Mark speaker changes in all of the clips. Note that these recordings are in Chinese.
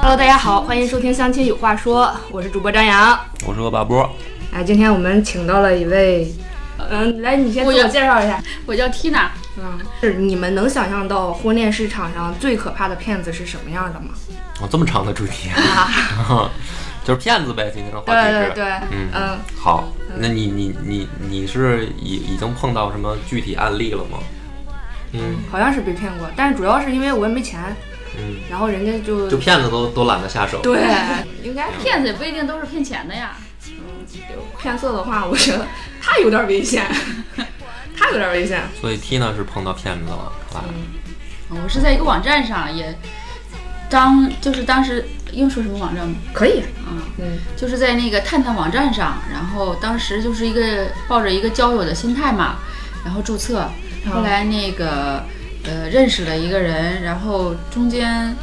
Speaker 1: Hello，大家好，欢迎收听《相亲有话说》，我是主播张扬。
Speaker 2: 我是恶霸波，
Speaker 1: 哎，今天我们请到了一位，嗯，来，你先
Speaker 3: 我
Speaker 1: 自
Speaker 3: 叫
Speaker 1: 我介绍一下。
Speaker 3: 我叫 Tina，
Speaker 1: 嗯，是你们能想象到婚恋市场上最可怕的骗子是什么样的吗？
Speaker 2: 哦，这么长的主题， 就是骗子呗，今天的话题
Speaker 1: 对
Speaker 2: 是。
Speaker 1: 对对，
Speaker 2: 嗯
Speaker 1: 嗯，
Speaker 2: 好，那你你你你是已已经碰到什么具体案例了吗？嗯
Speaker 1: 好像是被骗过，但是主要是因为我也没钱，
Speaker 2: 嗯，
Speaker 1: 然后人家就
Speaker 2: 就骗子都都懒得下手。
Speaker 1: 对，应该
Speaker 3: 骗子也不一定都是骗钱的呀。
Speaker 1: 骗色的话，我觉得他有点危险，他有点危 险。
Speaker 2: 所以 Tina 是碰到骗子了，啊，
Speaker 3: 嗯我是在一个网站上也当就是当时用说什么网站吗？
Speaker 1: 可以，
Speaker 3: 啊、
Speaker 1: 嗯，
Speaker 3: 就是在那个探探网站上，然后当时就是一个抱着一个交友的心态嘛，然后注册，后来那个呃认识了一个人，然后中间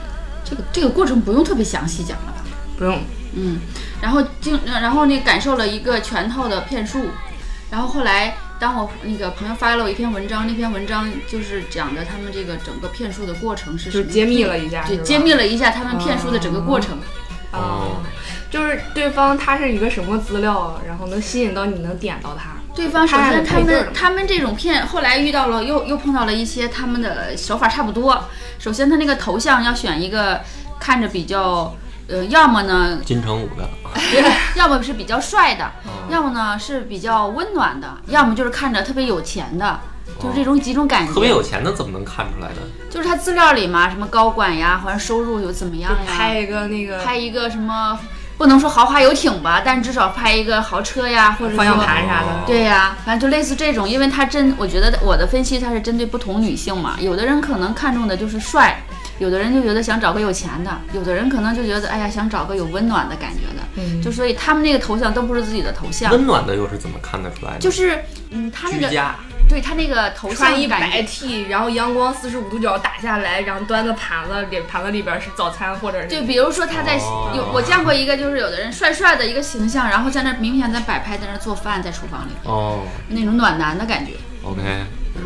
Speaker 3: 这个这个过程不用特别详细讲了吧？
Speaker 1: 不用，
Speaker 3: 嗯，然后经，然后那感受了一个全套的骗术，然后后来当我那个朋友发了我一篇文章，那篇文章就是讲的他们这个整个骗术的过程是什
Speaker 1: 就
Speaker 3: 么，
Speaker 1: 揭秘了一下，
Speaker 3: 对，
Speaker 1: 是吧
Speaker 3: 揭秘了一下他们骗术的整个过程。
Speaker 1: 哦，就是对方他是一个什么资料，然后能吸引到你，能点到他。
Speaker 3: 对方首
Speaker 1: 他俩
Speaker 3: 先
Speaker 1: 得
Speaker 3: 他
Speaker 1: 配对儿
Speaker 3: 们
Speaker 1: 嘛
Speaker 3: 他们这种骗，后来遇到了又又碰到了一些他们的手法差不多。首先他那个头像要选一个看着比较，呃，要么呢
Speaker 2: 金城武 的，哦
Speaker 3: 要么是比较帅的，要么呢是比较温暖的，要么就是看着特别有钱的，就是这种几种感
Speaker 2: 哦特别
Speaker 3: 觉。
Speaker 2: 有钱的怎么能看出来呢？
Speaker 3: 就是他资料里嘛，什么高管呀，好像收入有怎么样
Speaker 1: 就
Speaker 3: 呀，
Speaker 1: 拍一个那个
Speaker 3: 拍一个什么，不能说豪华游艇吧，但至少拍一个豪车呀，或者
Speaker 1: 方向
Speaker 3: 说
Speaker 1: 盘啥的，
Speaker 2: 哦
Speaker 3: 对呀、反正就类似这种，因为它针，我觉得我的分析它是针对不同女性嘛，有的人可能看重的就是帅，有的人就觉得想找个有钱的，有的人可能就觉得哎呀想找个有温暖的感觉的，
Speaker 1: 嗯
Speaker 3: 就所以他们那个头像都不是自己的头像，
Speaker 2: 温暖的又是怎么看得出来呢？
Speaker 3: 就是嗯他那
Speaker 2: 居
Speaker 3: 个
Speaker 2: 家，
Speaker 3: 对他那个头像
Speaker 1: 穿一
Speaker 3: 感
Speaker 1: 白
Speaker 3: 觉，
Speaker 1: T，然后阳光四十五度角打下来，然后端个盘子，给盘子里边是早餐或者是
Speaker 3: 就比如说他在
Speaker 2: 哦
Speaker 3: 有我见过一个就是有的人帅帅的一个形象，然后在那明显在摆拍，在那做饭在厨房里
Speaker 2: 哦
Speaker 3: 那种暖男的感觉。
Speaker 2: ，OK，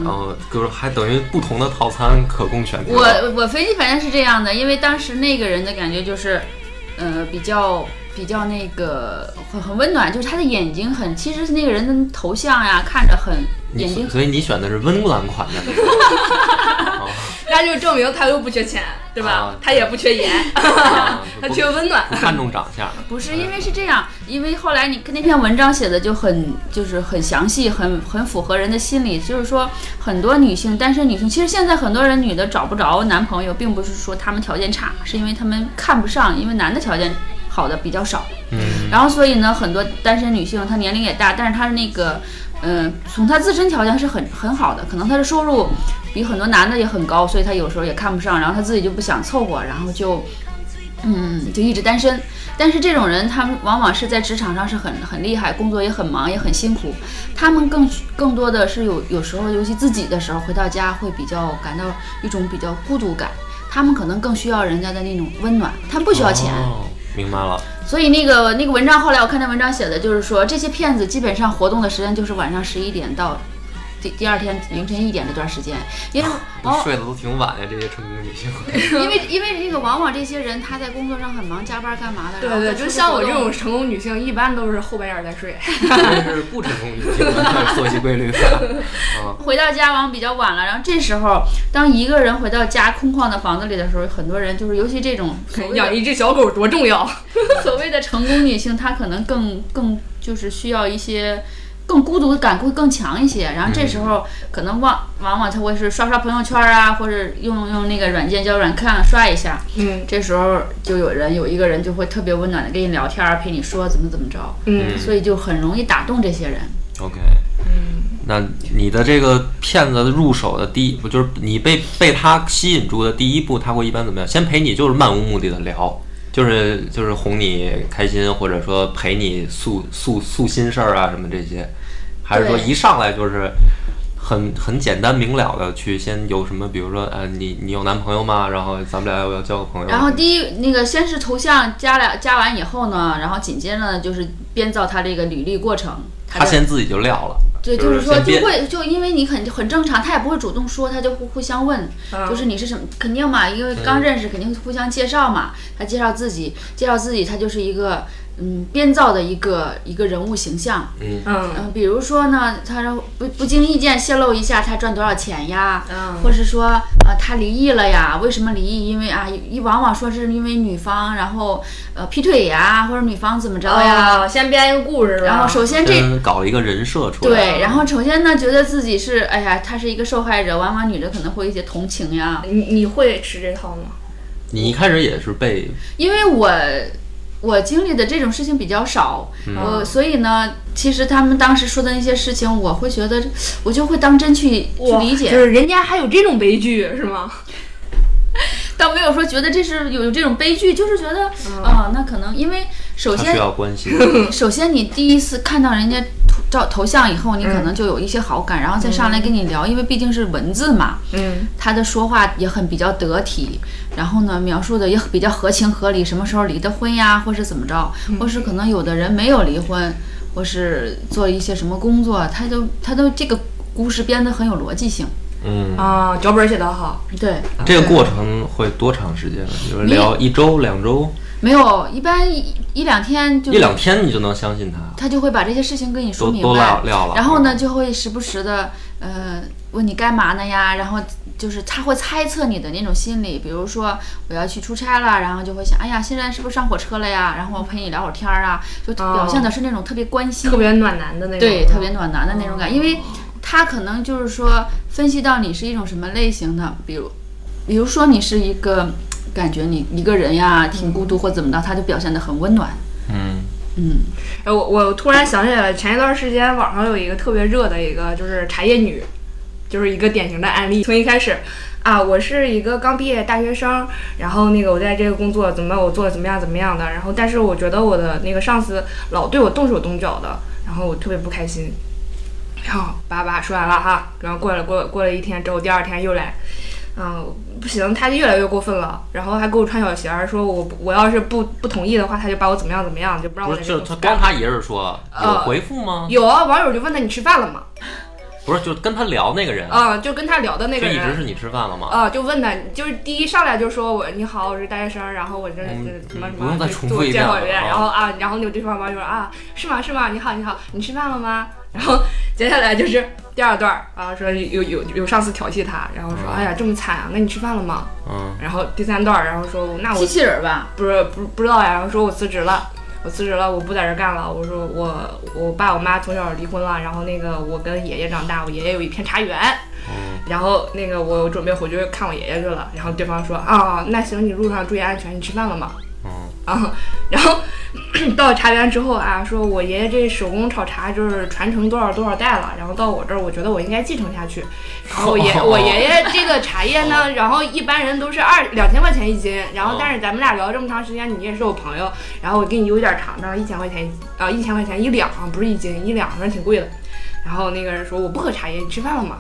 Speaker 2: 然后就是还等于不同的套餐可供选择。
Speaker 1: 嗯
Speaker 3: 我我分析反正是这样的，因为当时那个人的感觉就是，呃，比较比较那个很很温暖，就是他的眼睛很，其实是那个人的头像呀，看着很
Speaker 2: 你
Speaker 3: 眼
Speaker 2: 所
Speaker 3: 睛
Speaker 2: 所以你选的是温暖款的那 个。哦
Speaker 1: 那就证明他又不缺钱，对吧
Speaker 2: 啊？
Speaker 1: 他也不缺颜，
Speaker 2: 啊
Speaker 1: 他
Speaker 2: 不
Speaker 1: 缺温暖
Speaker 2: 不。看重长相，
Speaker 3: 不是因为是这样，因为后来你看那篇文章写的就很就是很详细，很很符合人的心理，就是说很多女性单身女性，其实现在很多人女的找不着男朋友，并不是说她们条件差，是因为她们看不上，因为男的条件好的比较少。
Speaker 2: 嗯，
Speaker 3: 然后所以呢，很多单身女性她年龄也大，但是她那个，嗯、从她自身条件是很很好的，可能她的收入比很多男的也很高，所以她有时候也看不上，然后她自己就不想凑合，然后就，嗯，就一直单身。但是这种人，他们往往是在职场上是很很厉害，工作也很忙，也很辛苦。他们更更多的是有有时候，尤其自己的时候，回到家会比较感到一种比较孤独感。他们可能更需要人家的那种温暖，他们不需要钱，
Speaker 2: 哦，明白了，
Speaker 3: 所以那个那个文章后来我看那文章写的就是说，这些骗子基本上活动的时间就是晚上十一点到第第二天凌晨一点这段时间，因为
Speaker 1: 哦
Speaker 2: 都
Speaker 3: 往
Speaker 2: 睡得都挺晚呀，这些成功女 性。
Speaker 3: 因为因为那个往往这些人他在工作上很忙，加班干嘛的，
Speaker 1: 对
Speaker 3: 然后
Speaker 1: 对，
Speaker 3: 再
Speaker 1: 就
Speaker 3: 出去
Speaker 1: 像
Speaker 3: 活
Speaker 1: 我这
Speaker 3: 动
Speaker 1: 种成功女性，一般都是后半夜再睡。
Speaker 2: 但是不成功女性的作息规 律。啊，
Speaker 3: 回到家往往比较晚了，然后这时候当一个人回到家空旷的房子里的时候，很多人就是尤其这种 所谓的
Speaker 1: 养一只小狗多重要，
Speaker 3: 所谓的成功女性，她可能更更就是需要一些更孤独感会更强一些，然后这时候可能往往往她会是刷刷朋友圈啊，或者用用那个软件叫软看刷一下，
Speaker 1: 嗯
Speaker 3: 这时候就有人有一个人就会特别温暖的跟你聊天儿，陪你说怎么怎么着，
Speaker 1: 嗯
Speaker 3: 所以就很容易打动这些人。
Speaker 2: OK，那
Speaker 3: 嗯
Speaker 2: 你的这个骗子入手的第一，不就是你被被他吸引住的第一步，他会一般怎么样？先陪你就是漫无目的的聊。就是就是哄你开心，或者说陪你诉诉诉心事儿啊什么这些，还是说
Speaker 3: 对
Speaker 2: 一上来就是很很简单明了的去先有什么，比如说呃你你有男朋友吗？然后咱们俩要不要交个朋友？啊
Speaker 3: 然后第一那个先是头像加了加完以后呢，然后紧接着呢就是编造他这个履历过程，
Speaker 2: 他
Speaker 3: 的
Speaker 2: 先自己就撂了，
Speaker 3: 对，
Speaker 2: 就
Speaker 3: 就是是说
Speaker 2: 先
Speaker 3: 就
Speaker 2: 编
Speaker 3: 会就因为你很很正常，他也不会主动说，他就互互相问，
Speaker 1: 啊
Speaker 3: 就是你是什么，肯定嘛，因为刚认识肯定互相介绍嘛，他介绍自己，介绍自己，他就是一个嗯编造的一个一个人物形象，
Speaker 1: 嗯
Speaker 3: 嗯，比如说呢，他说不不经意间泄露一下他赚多少钱呀，
Speaker 1: 嗯
Speaker 3: 或是说呃他离异了呀，为什么离异？因为啊，一往往说是因为女方然后呃劈腿呀，或者女方怎么着呀，
Speaker 1: 哦，啊先编一个故事吧，
Speaker 3: 然后首先这
Speaker 2: 先搞了一个人设出来。
Speaker 3: 对，然后首先呢，觉得自己是，哎呀，她是一个受害者，往往女的可能会一些同情呀，
Speaker 1: 你你会吃这套吗？
Speaker 2: 你一开始也是被
Speaker 3: 因为我我经历的这种事情比较少，
Speaker 2: 嗯
Speaker 3: 我所以呢，其实他们当时说的那些事情，我会觉得我就会当真去去
Speaker 1: 哇
Speaker 3: 理
Speaker 1: 就
Speaker 3: 解，
Speaker 1: 是人家还有这种悲剧是吗？
Speaker 3: 倒没有说觉得这是有有这种悲剧，就是觉得啊、
Speaker 1: 嗯
Speaker 3: 那可能因为首
Speaker 2: 他需
Speaker 3: 先
Speaker 2: 要关 心，
Speaker 3: 首先，你第一次看到人家图照头像以后，你
Speaker 1: 嗯
Speaker 3: 可能就有一些好感，然后再上来跟你聊，因为毕竟是文字嘛，
Speaker 1: 嗯，
Speaker 3: 他的说话也很比较得体，然后呢，描述的也比较合情合理，什么时候离的婚呀，或是怎么着，或是可能有的人没有离婚，或是做一些什么工作，他都他都这个故事编得很有逻辑性，
Speaker 2: 嗯，
Speaker 1: 啊，脚本写得 好，
Speaker 3: 对。
Speaker 2: 这个过程会多长时间呢？就是聊一周、两周、
Speaker 3: 没有，一般一一两天就
Speaker 2: 一两天，你就能相信他，
Speaker 3: 他就会把这些事情跟你说
Speaker 2: 都
Speaker 3: 明
Speaker 2: 都
Speaker 3: 白
Speaker 2: 撂，撂了。
Speaker 3: 然后呢，就会时不时的呃问你干嘛呢呀，然后就是他会猜测你的那种心理，比如说我要去出差了，然后就会想，哎呀，现在是不是上火车了呀？然后我陪你聊会儿天儿啊，就
Speaker 1: 哦
Speaker 3: 表现的是那种特别关心，
Speaker 1: 特别嗯哦暖男的那种，
Speaker 3: 对，特别暖男的那种感，因为他可能就是说分析到你是一种什么类型的，比如，比如说你是一个感觉你一个人呀挺孤独或怎么着，他就表现的很温暖，
Speaker 2: 嗯，
Speaker 3: 嗯。
Speaker 1: 哎，我我突然想起来了，前一段时间网上有一个特别热的一个，就是茶叶女，就是一个典型的案例。从一开始，啊，我是一个刚毕业的大学生，然后那个我在这个工作怎么我做的怎么样怎么样的，然后但是我觉得我的那个上司老对我动手动脚的，然后我特别不开心。然后叭叭说完了哈，然后过了过过了一天之后，第二天又来，嗯，不行，他就越来越过分了，然后还给我穿小鞋儿，说我不我要是不不同意的话，他就把我怎么样怎么样，就不让
Speaker 2: 不
Speaker 1: 我
Speaker 2: 是，
Speaker 1: 在
Speaker 2: 就
Speaker 1: 这个
Speaker 2: 是他
Speaker 1: 公司干
Speaker 2: 光他一人说，有回复吗？
Speaker 1: 有啊，网友就问他你吃饭了吗？
Speaker 2: 不是，就跟他聊那个人，
Speaker 1: 啊、就跟他聊的那
Speaker 2: 就
Speaker 1: 个
Speaker 2: 一直
Speaker 1: 人，
Speaker 2: 是你吃饭了吗？
Speaker 1: 啊、就问他，就是第一上来就说我你好，我是大学生，然后我这这
Speaker 2: 嗯
Speaker 1: 什么
Speaker 2: 嗯
Speaker 1: 什
Speaker 2: 不用再
Speaker 1: 么，
Speaker 2: 重
Speaker 1: 自
Speaker 2: 复
Speaker 1: 我
Speaker 2: 一
Speaker 1: 介
Speaker 2: 遍
Speaker 1: 绍
Speaker 2: 了
Speaker 1: 一遍，
Speaker 2: 啊
Speaker 1: 然后啊，然后那个对方网友说啊，是吗是吗？你好你好，你吃饭了吗？然后接下来就是第二段儿啊，说有有有上司调戏他，然后说、
Speaker 2: 嗯
Speaker 1: 哎呀这么惨啊，那你吃饭了吗？
Speaker 2: 嗯，
Speaker 1: 然后第三段儿，然后说啊那我
Speaker 3: 机器人儿吧，
Speaker 1: 不是不不知道呀，然后说我辞职了，我辞职了，我不在这儿干了。我说我我爸我妈从小离婚了，然后那个我跟爷爷长大，我爷爷有一片茶园，
Speaker 2: 嗯
Speaker 1: 然后那个我准备回去看我爷爷去了。然后对方说啊，那行，你路上注意安全，你吃饭了吗？
Speaker 2: 嗯
Speaker 1: 啊，然后 到茶园之后啊，说我爷爷这手工炒茶就是传承多少多少代了，然后到我这儿，我觉得我应该继承下去。然后我爷、我爷爷这个茶叶呢，然后一般人都是二两千块钱一斤，然后但是咱们俩聊这么长时间，你也是我朋友，然后我给你邮点糖，当一千块钱一啊一千块钱一两，不是一斤一两，反正挺贵的。然后那个人说我不喝茶叶，你吃饭了吗？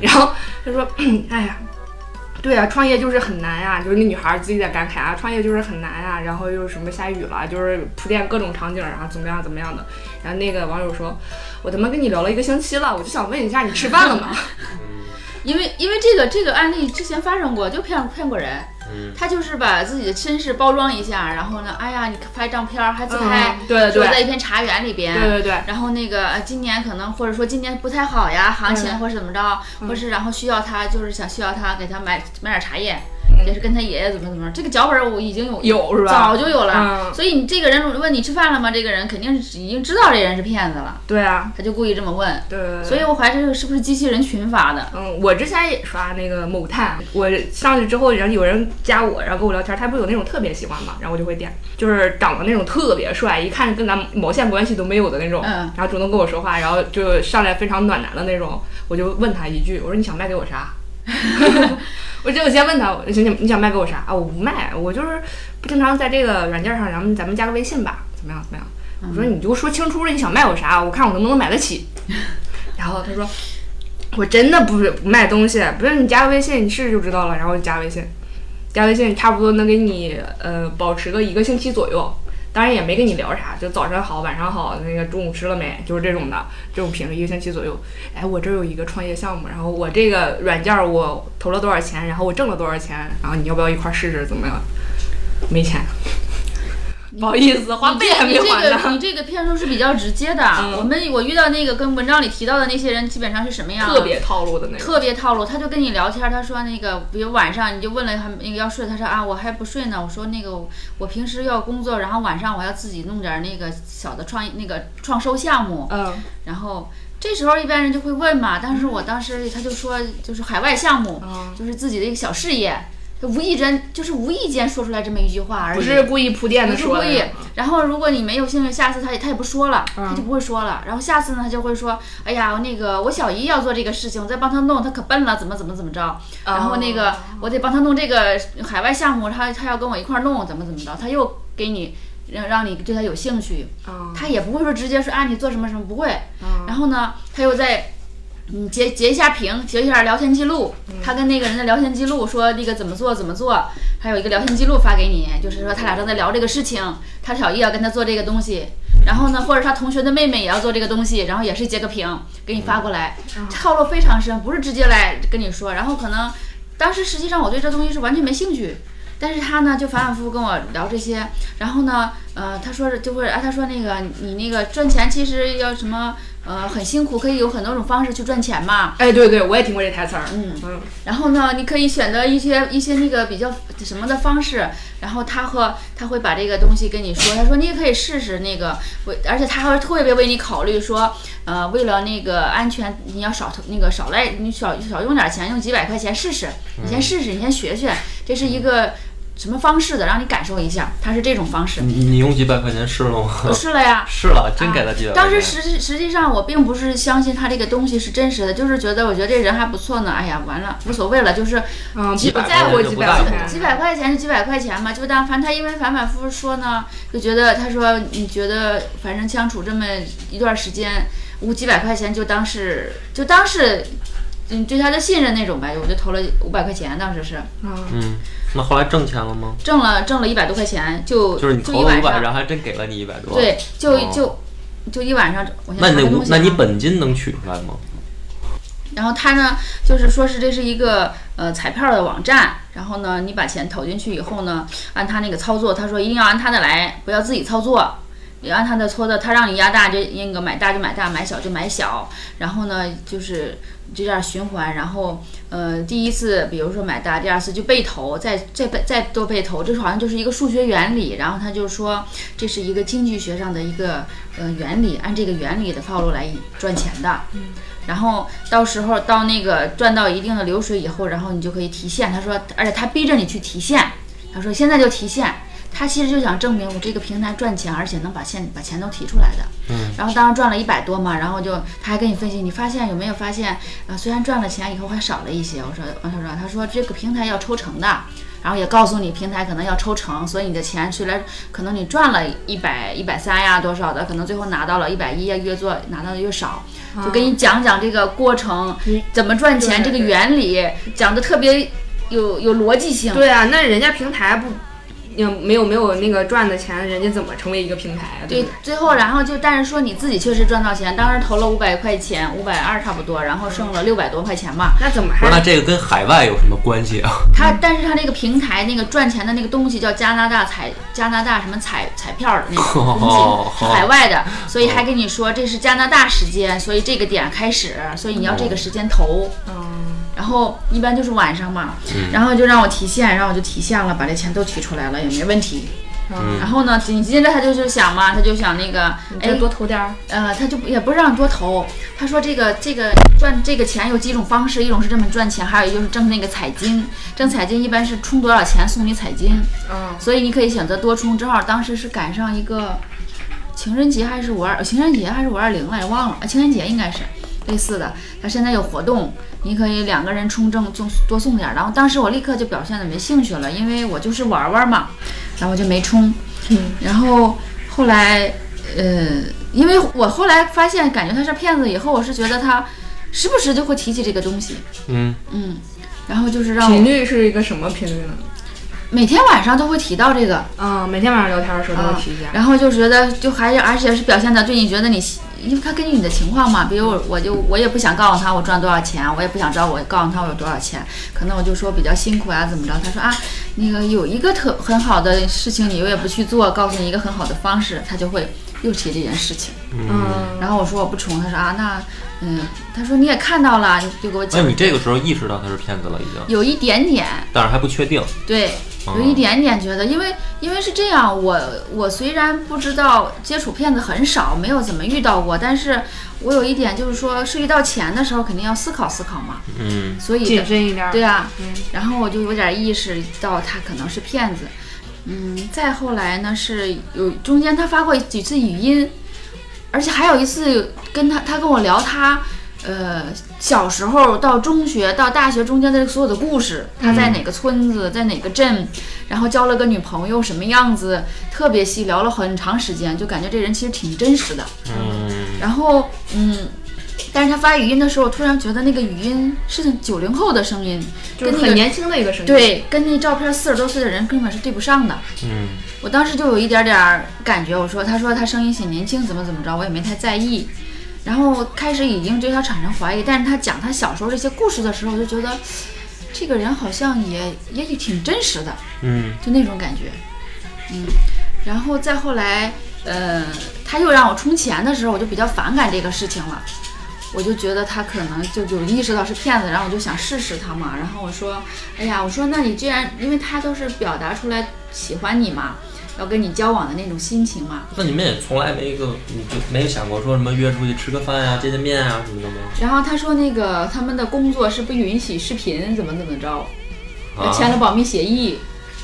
Speaker 1: 然后他说， 哎呀，对啊，创业就是很难呀、就是那女孩儿自己在感慨啊，创业就是很难呀、然后又是什么下雨了，就是铺垫各种场景，然后怎么样怎么样的。然后那个网友说，我他妈跟你聊了一个星期了，我就想问一下你吃饭了吗？
Speaker 3: 因为因为这个这个案例之前发生过，就骗骗过人。
Speaker 2: 嗯
Speaker 3: 他就是把自己的身世包装一下，然后呢，哎呀，你拍张片儿，还 自拍，
Speaker 1: 嗯，对对
Speaker 3: 说
Speaker 1: 对
Speaker 3: 在一片茶园里边。
Speaker 1: 对对对，
Speaker 3: 然后那个呃今年可能或者说今年不太好呀，行
Speaker 1: 嗯
Speaker 3: 情或者怎么着，或是然后需要他就是想需要他给他买买点茶叶，也是跟他爷爷怎么怎么着。这个脚本儿我已经有
Speaker 1: 嗯有是吧？
Speaker 3: 早就有了，
Speaker 1: 嗯，
Speaker 3: 所以你这个人问你吃饭了吗？这个人肯定是已经知道这人是骗子了，
Speaker 1: 对啊，
Speaker 3: 他就故意这么问。
Speaker 1: 对对对。
Speaker 3: 所以我怀疑这个是不是机器人群发的？
Speaker 1: 嗯，我之前也刷那个某探，我上去之后，然后有人加我，然后跟我聊天，他不是有那种特别喜欢嘛，然后我就会点，就是长得那种特别帅，一看跟咱毛线关系都没有的那种，
Speaker 3: 嗯
Speaker 1: 然后主动跟我说话，然后就上来非常暖男的那种，我就问他一句，我说你想卖给我啥？ 我就我先问他，我说你你想卖给我啥啊？我不卖，我就是不经常在这个软件上，咱们咱们加个微信吧，怎么样怎么样？我说你就说清楚了，你想卖我啥，我看我能不能买得起。然后他说我真的不是不卖东西，不是你加个微信，你试试就知道了。然后就加微信，加微信差不多能给你呃保持个一个星期左右。当然也没跟你聊啥，就早上好，晚上好，那个中午吃了没，就是这种的，这种频率一个星期左右。哎，我这儿有一个创业项目，然后我这个软件儿我投了多少钱，然后我挣了多少钱，然后你要不要一块儿试试？怎么样？没钱，不好意思，花
Speaker 3: 你
Speaker 1: 呗
Speaker 3: 这
Speaker 1: 还没
Speaker 3: 你
Speaker 1: 还
Speaker 3: 这个
Speaker 1: 呢，
Speaker 3: 你这个骗术是比较直接的。
Speaker 1: 嗯
Speaker 3: 我们我遇到那个跟文章里提到的那些人，基本上是什么样啊？
Speaker 1: 特别套路的那种。
Speaker 3: 特别套路，他就跟你聊天，他说那个，比如晚上你就问了他那个要睡，他说啊我还不睡呢，我说那个我平时要工作，然后晚上我要自己弄点那个小的创那个创收项目，
Speaker 1: 嗯，
Speaker 3: 然后这时候一般人就会问嘛，但是我当时他就说就是海外项目，
Speaker 1: 嗯
Speaker 3: 就是自己的一个小事业，他无意间就是无意间说出来这么一句话而已，
Speaker 1: 不是故意铺垫的
Speaker 3: 不是
Speaker 1: 说
Speaker 3: 故
Speaker 1: 的
Speaker 3: 意
Speaker 1: 那种。
Speaker 3: 然后如果你没有兴趣，下次他也他也不说了，
Speaker 1: 嗯
Speaker 3: 他就不会说了。然后下次呢，他就会说，哎呀，那个我小姨要做这个事情，我再帮她弄，她可笨了，怎么怎么怎么着。然后那
Speaker 1: 哦
Speaker 3: 个我得帮她弄这个海外项目，她她要跟我一块儿弄，怎么怎么着，他又给你让让你对他有兴趣，
Speaker 1: 嗯，
Speaker 3: 他也不会说直接说啊你做什么什么不会。
Speaker 1: 嗯
Speaker 3: 然后呢，他又在。嗯，截截一下屏，截一下聊天记录。他跟那个人的聊天记录说那个怎么做怎么做，还有一个聊天记录发给你，就是说他俩正在聊这个事情，他小姨要跟他做这个东西，然后呢，或者他同学的妹妹也要做这个东西，然后也是截个屏给你发过来，套路非常深，不是直接来跟你说。然后可能当时实际上我对这东西是完全没兴趣，但是他呢就反反复复跟我聊这些，然后呢，呃，他说是就会，哎、他说那个你那个赚钱其实要什么，呃，很辛苦，可以有很多种方式去赚钱嘛。
Speaker 1: 哎，对对，我也听过这台词儿。
Speaker 3: 嗯
Speaker 1: 嗯
Speaker 3: 然后呢，你可以选择一些一些那个比较什么的方式，然后他和他会把这个东西跟你说，他说你也可以试试那个为，而且他还会特别为你考虑说，呃，为了那个安全，你要少投那个少来，你少少用点钱，用几百块钱试试，你先试试，你先学学，这是一个什么方式的，让你感受一下，他是这种方式。
Speaker 2: 你你用几百块钱试了吗？
Speaker 3: 我试了呀，
Speaker 2: 试了，真给他几百块钱。
Speaker 3: 啊当时实际实际上我并不是相信他这个东西是真实的，就是觉得我觉得这人还不错呢。哎呀，完了，无所谓了，就是
Speaker 1: 嗯，
Speaker 2: 几
Speaker 1: 不
Speaker 2: 百
Speaker 1: 在乎
Speaker 2: 块钱
Speaker 1: 几
Speaker 2: 就不
Speaker 1: 百
Speaker 2: 在
Speaker 1: 块
Speaker 2: 乎
Speaker 1: 钱，
Speaker 3: 几百块钱就几百块钱嘛，就当反正他因为反反复复说呢，就觉得他说你觉得反正相处这么一段时间，无几百块钱就当是就当是。嗯，对他的信任那种呗，我就投了五百块钱，当时是
Speaker 1: 嗯
Speaker 2: 嗯，那后来挣钱了吗？
Speaker 3: 挣了挣了一百多块钱，就
Speaker 2: 就是你
Speaker 3: 就
Speaker 2: 投
Speaker 3: 一
Speaker 2: 了
Speaker 3: 晚
Speaker 2: 五百，
Speaker 3: 上，
Speaker 2: 然后还真给了你一百多。，
Speaker 3: 对，就
Speaker 2: 哦
Speaker 3: 就就一晚上。我先
Speaker 2: 那
Speaker 3: 拿
Speaker 2: 你
Speaker 3: 个
Speaker 2: 那五
Speaker 3: 东西
Speaker 2: 那你
Speaker 3: 啊
Speaker 2: 本金能取出来吗？
Speaker 3: 然后他呢，就是说是这是一个呃彩票的网站，然后呢，你把钱投进去以后呢，按他那个操作，他说一定要按他的来，不要自己操作。你按他的操作，他让你压大就那个买大就买大，买小就买小，然后呢就是这样循环，然后呃第一次比如说买大，第二次就被投，再再被再多被投，这是好像就是一个数学原理，然后他就说这是一个经济学上的一个呃原理，按这个原理的套路来赚钱的。然后到时候到那个赚到一定的流水以后，然后你就可以提现。他说，而且他逼着你去提现，他说现在就提现。他其实就想证明我这个平台赚钱，而且能把现把钱都提出来的。
Speaker 2: 嗯，
Speaker 3: 然后当时赚了一百多嘛，然后就他还跟你分析，你发现有没有发现，呃，虽然赚了钱以后还少了一些。我说，王小说，他说这个平台要抽成的，然后也告诉你平台可能要抽成，所以你的钱虽然可能你赚了一百一百三呀多少的，可能最后拿到了一百一呀，越做拿到的越少，就给你讲讲这个过程
Speaker 1: 啊嗯，
Speaker 3: 怎么赚钱
Speaker 1: 对
Speaker 3: 这个
Speaker 1: 对
Speaker 3: 原理，讲的特别有有逻辑性。
Speaker 1: 对啊，那人家平台不，也没有没有那个赚的钱，人家怎么成为一个平台啊？
Speaker 3: 对
Speaker 1: 不，
Speaker 3: 最后然后就，但是说你自己确实赚到钱，当时投了五百块钱，五百二差不多，然后剩了六百多块钱吧。
Speaker 1: 那怎么
Speaker 2: 不
Speaker 1: 还
Speaker 2: 是，那这个跟海外有什么关系啊？
Speaker 3: 他，但是他那个平台那个赚钱的那个东西叫加拿大彩加拿大什么彩彩票的那个 东
Speaker 2: 哦
Speaker 3: 西，是海外的，所以还跟你说这是加拿大时间，所以这个点开始，所以你要这
Speaker 2: 哦
Speaker 3: 个时间投。
Speaker 1: 嗯，
Speaker 3: 然后一般就是晚上嘛，
Speaker 2: 嗯
Speaker 3: 然后就让我提现，然后我就提现了，把这钱都提出来了，也没问题。
Speaker 1: 嗯
Speaker 3: 然后呢，紧接着他就是想嘛，他就想那个，哎
Speaker 1: 再，多投点儿，
Speaker 3: 呃，他就也不是让多投，他说这个这个赚这个钱有几种方式，一种是这么赚钱，还有一就是挣那个彩金，挣彩金一般是充多少钱送你彩金，
Speaker 1: 嗯
Speaker 3: 所以你可以选择多充。正好当时是赶上一个情人节还是五二呃情人节还是五二零来着，忘了，啊情人节应该是类似的。他现在有活动，你可以两个人充挣送多送点儿。然后当时我立刻就表现的没兴趣了，因为我就是玩玩嘛，然后我就没充。然后后来，呃，因为我后来发现感觉他是骗子以后，我是觉得他时不时就会提起这个东西，
Speaker 2: 嗯，
Speaker 3: 嗯，然后就是让我
Speaker 1: 频率是一个什么频率呢？
Speaker 3: 每天晚上都会提到这个，
Speaker 1: 嗯，每天晚上聊天的时候都
Speaker 3: 啊
Speaker 1: 会提一下。
Speaker 3: 然后就觉得就还是而且是表现的对你觉得你，因为他根据你的情况嘛，比如我
Speaker 1: 嗯
Speaker 3: 我就我也不想告诉他我赚多少钱，我也不想知道我告诉他我有多少钱，可能我就说比较辛苦啊怎么着，他说啊那个有一个特很好的事情你又也不去做，告诉你一个很好的方式，他就会又提这件事情，
Speaker 1: 嗯，
Speaker 3: 然后我说我不冲，他说啊那嗯，他说你也看到了，就给我
Speaker 2: 那
Speaker 3: 讲，
Speaker 2: 你这个时候意识到他是骗子了，已经，
Speaker 3: 有一点点。
Speaker 2: 但是还不确定。
Speaker 3: 对，有一点点觉得，因为因为是这样，我我虽然不知道接触骗子很少，没有怎么遇到过，但是我有一点就是说，涉及到钱的时候，肯定要思考思考嘛，
Speaker 2: 嗯，
Speaker 3: 所以
Speaker 1: 谨慎一点。
Speaker 3: 对啊，
Speaker 1: 嗯
Speaker 3: 然后我就有点意识到他可能是骗子，嗯，再后来呢是有中间他发过几次语音，而且还有一次跟他他跟我聊他。呃，小时候到中学到大学中间的所有的故事，他在哪个村
Speaker 1: 嗯
Speaker 3: 子，在哪个镇，然后交了个女朋友什么样子，特别细聊了很长时间，就感觉这人其实挺真实的。
Speaker 2: 嗯，
Speaker 3: 然后嗯，但是他发语音的时候，突然觉得那个语音是九零后的声音，
Speaker 1: 就
Speaker 3: 跟
Speaker 1: 是
Speaker 3: 那个
Speaker 1: 很年轻的一个声音。，
Speaker 3: 对，跟那照片四十多岁的人根本是对不上的。
Speaker 2: 嗯，
Speaker 3: 我当时就有一点点儿感觉，我说，他说他声音显年轻，怎么怎么着，我也没太在意。然后开始已经对他产生怀疑，但是他讲他小时候这些故事的时候，我就觉得这个人好像也也挺真实的，
Speaker 2: 嗯，
Speaker 3: 就那种感觉。嗯，然后再后来，呃，他又让我充钱的时候，我就比较反感这个事情了。我就觉得他可能就有意识到是骗子，然后我就想试试他嘛。然后我说，哎呀，我说那你既然因为他都是表达出来喜欢你嘛，要跟你交往的那种心情嘛。
Speaker 2: 那你们也从来没一个，你就没有想过说什么约出去吃个饭呀、见见面啊什么的吗？
Speaker 3: 然后他说那个他们的工作是不允许视频，怎么怎么着，
Speaker 2: 啊，
Speaker 3: 签了保密协议，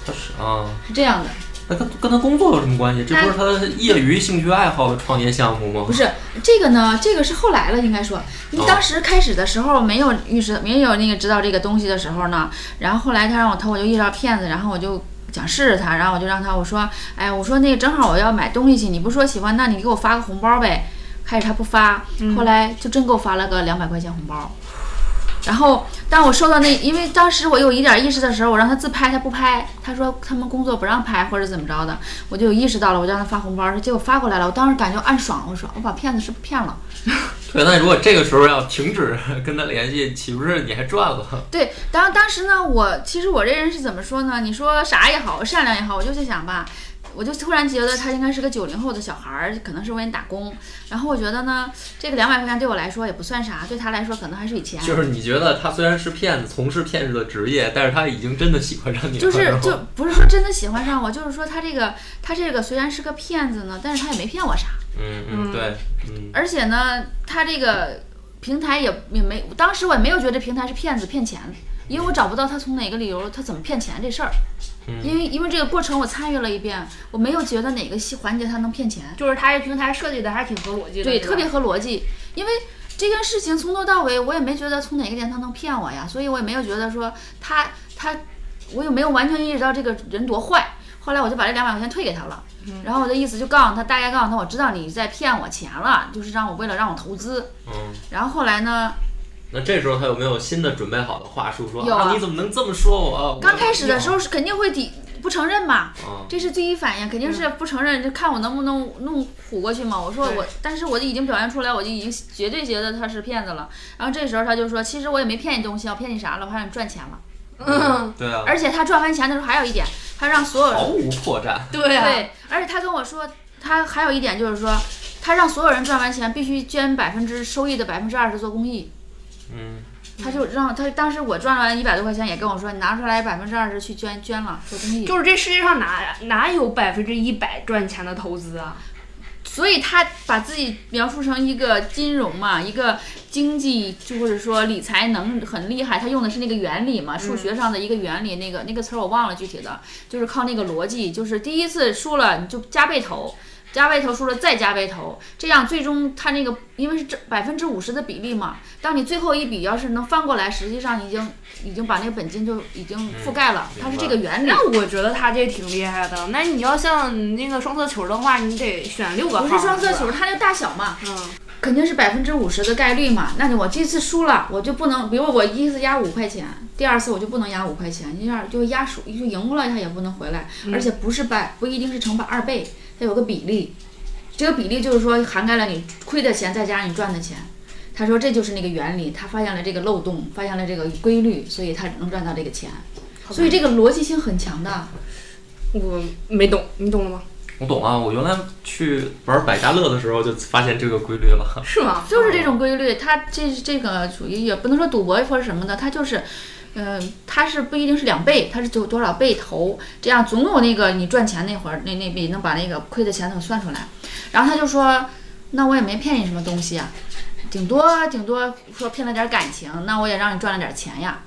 Speaker 2: 他是啊，
Speaker 3: 是这样的。
Speaker 2: 那跟跟他工作有什么关系？这不是他的业余兴趣爱好的创业项目吗
Speaker 3: 不？是这个呢，这个是后来了，应该说，因为当时开始的时候没有意识，没有那个知道这个东西的时候呢，然后后来他让我投，我就遇到骗子，然后我就。想试试他，然后我就让他我说，哎，我说那个正好我要买东西去，你不说喜欢，那你给我发个红包呗。开始他不发，后来就真给我发了个两百块钱红包。然后当我收到那，因为当时我有一点意识的时候，我让他自拍，他不拍，他说他们工作不让拍或者怎么着的，我就有意识到了，我就让他发红包，结果发过来了，我当时感觉暗爽，我说我把骗子是不是骗了？
Speaker 2: 对，那如果这个时候要停止跟他联系，岂不是你还赚了？
Speaker 3: 对，当当时呢，我其实我这人是怎么说呢？你说啥也好，善良也好，我就在想吧，我就突然觉得他应该是个九零后的小孩儿，可能是为你打工。然后我觉得呢，这个两百块钱对我来说也不算啥，对他来说可能还是笔钱。
Speaker 2: 就是你觉得他虽然是骗子，从事骗子的职业，但是他已经真的喜欢上你了，
Speaker 3: 就是
Speaker 2: 然后
Speaker 3: 就不是说真的喜欢上我，就是说他这个他这个虽然是个骗子呢，但是他也没骗我啥，
Speaker 2: 嗯嗯对，嗯
Speaker 3: 而且呢，他这个平台也也没，当时我也没有觉得平台是骗子骗钱，因为我找不到他从哪个理由他怎么骗钱这事儿，因为因为这个过程我参与了一遍，我没有觉得哪个细环节他能骗钱，
Speaker 1: 就是它这平台设计的还是挺合逻辑的，
Speaker 3: 对，
Speaker 1: 是吧
Speaker 3: 特别合逻辑，因为。这件事情从头到尾，我也没觉得从哪个点他能骗我呀，所以我也没有觉得说他他，我也没有完全意识到这个人多坏。后来我就把这两百块钱退给他了，然后我的意思就告诉他，大概告诉他，我知道你在骗我钱了，就是让我为了让我投资。
Speaker 2: 嗯。
Speaker 3: 然后后来呢，
Speaker 2: 那这时候他有没有新的准备好的话术说？
Speaker 3: 有啊
Speaker 2: 你怎么能这么说我啊？
Speaker 3: 刚开始的时
Speaker 2: 候，
Speaker 3: 候是肯定会抵不承认嘛，
Speaker 2: 嗯
Speaker 3: 这是第一反应，肯定是不承认，就看我能不能弄唬过去嘛。我说
Speaker 1: 对
Speaker 3: 嗯我，但是我就已经表现出来，我就已经绝对觉得他是骗子了。然后这时候他就说，其实我也没骗你东西，我骗你啥了？我还让你赚钱了。
Speaker 2: 嗯，对啊，
Speaker 3: 而且他赚完钱的时候还有一点，他让所有
Speaker 2: 毫
Speaker 3: 人
Speaker 2: 无破绽。
Speaker 1: 对啊，
Speaker 3: 对，而且他跟我说，他还有一点就是说，他让所有人赚完钱必须捐百分之收益的百分之二十做公益。
Speaker 2: 嗯，
Speaker 3: 他就让他当时我赚完一百多块钱，也跟我说，你拿出来百分之二十去捐捐了做公益。
Speaker 1: 就是这世界上哪哪有百分之一百赚钱的投资啊？
Speaker 3: 所以他把自己描述成一个金融嘛，一个经济，就或者说理财能很厉害。他用的是那个原理嘛，数学上的一个原理，那个那个词儿我忘了具体的，就是靠那个逻辑，就是第一次输了你就加倍投。加倍投输了，再加倍投，这样最终他那个因为是这百分之五十的比例嘛，当你最后一笔要是能翻过来，实际上已经已经把那个本金就已经覆盖了，它是这个原理。
Speaker 1: 那我觉得他这挺厉害的。那你要像那个双色球的话，你得选六个号。
Speaker 3: 不是双色
Speaker 1: 是吧
Speaker 3: 球，，它那个大小嘛，
Speaker 1: 嗯，
Speaker 3: 肯定是百分之五十的概率嘛。那我这次输了，我就不能，比如我第一次压五块钱，第二次我就不能压五块钱，你这样就压输就赢了，他也不能回来，
Speaker 1: 嗯
Speaker 3: 而且不是百不一定是乘百二倍，它有个比例，这个比例就是说涵盖了你亏的钱再加上你赚的钱。他说这就是那个原理，他发现了这个漏洞，发现了这个规律，所以他能赚到这个钱，所以这个逻辑性很强的。
Speaker 1: 我没懂，你懂了吗？
Speaker 2: 我懂啊，我原来去玩百家乐的时候就发现这个规律了。
Speaker 1: 是吗？
Speaker 3: 就是这种规律，它这这个属于也不能说赌博或者什么的，它就是，嗯、它是不一定是两倍，它是就多少倍投，这样总有那个你赚钱那会儿那那笔能把那个亏的钱能算出来。然后他就说，那我也没骗你什么东西啊，顶多顶多说骗了点感情，那我也让你赚了点钱呀。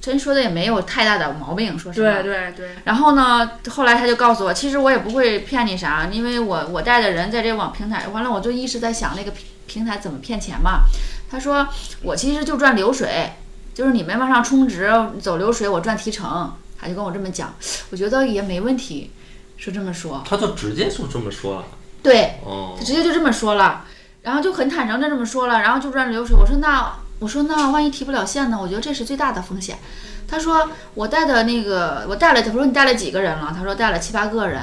Speaker 3: 真说的也没有太大的毛病，说实
Speaker 1: 对
Speaker 3: 话。
Speaker 1: 对对，
Speaker 3: 然后呢，后来他就告诉我，其实我也不会骗你啥，因为我我带的人在这网平台，完了我就一直在想那个平平台怎么骗钱嘛。他说我其实就赚流水，就是你们往上充值走流水，我赚提成。他就跟我这么讲，我觉得也没问题，是这么说。
Speaker 2: 他就直接就这么说了。
Speaker 3: 对，
Speaker 2: 哦
Speaker 3: 他，直接就这么说了，然后就很坦诚的这么说了，然后就赚流水。我说那我说那万一提不了现呢？我觉得这是最大的风险。他说我带的那个我带了，我说你带了几个人了？他说带了七八个人。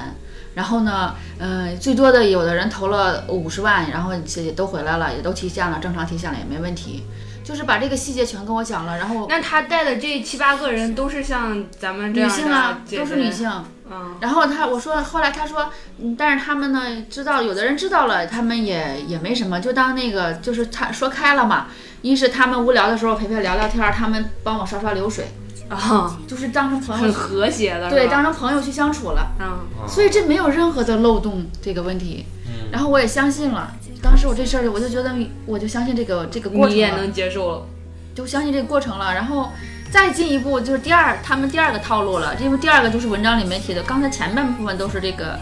Speaker 3: 然后呢，嗯、最多的有的人投了五十万，然后也都回来了，也都提现了，正常提现了也没问题。就是把这个细节全跟我讲了，然后
Speaker 1: 那他带的这七八个人都是像咱们这
Speaker 3: 女
Speaker 1: 样的
Speaker 3: 性啊
Speaker 1: 姐姐
Speaker 3: 都是女，性，
Speaker 1: 嗯，
Speaker 3: 然后他我说，后来他说，嗯，但是他们呢知道，有的人知道了，他们也也没什么，就当那个就是他说开了嘛。一是他们无聊的时候陪陪聊聊天儿，他们帮我刷刷流水，
Speaker 1: 啊，
Speaker 3: 就是当成朋
Speaker 1: 很
Speaker 3: 友，
Speaker 1: 和谐的，
Speaker 3: 对，
Speaker 1: 是吧
Speaker 3: 当成朋友去相处了。
Speaker 1: 嗯，
Speaker 3: 所以这没有任何的漏洞这个问题。然后我也相信了，当时我这事儿我就觉得我就相信这个这个过
Speaker 1: 你
Speaker 3: 程
Speaker 1: 也
Speaker 3: 了，
Speaker 1: 能接受了，
Speaker 3: 就相信这个过程了。然后再进一步就是第二，他们第二个套路了，因为第二个就是文章里面提的，刚才前半部分都是这个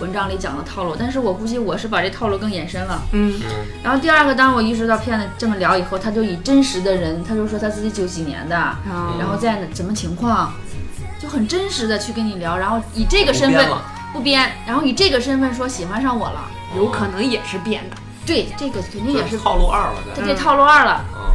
Speaker 3: 文章里讲的套路，但是我估计我是把这套路更延伸了。
Speaker 1: 嗯
Speaker 3: 然后第二个，当我意识到骗子这么聊以后，他就以真实的人，他就说他自己九几年的，
Speaker 1: 啊，
Speaker 3: 然后在什么情况，就很真实的去跟你聊，然后以这个身
Speaker 2: 不
Speaker 3: 份
Speaker 2: 编了
Speaker 3: 不编，然后以这个身份说喜欢上我了，
Speaker 2: 嗯
Speaker 1: 有可能也是变的，
Speaker 3: 对，这个肯定也是
Speaker 2: 套路二了，
Speaker 3: 他
Speaker 2: 在。
Speaker 3: 这套路二了。
Speaker 2: 嗯，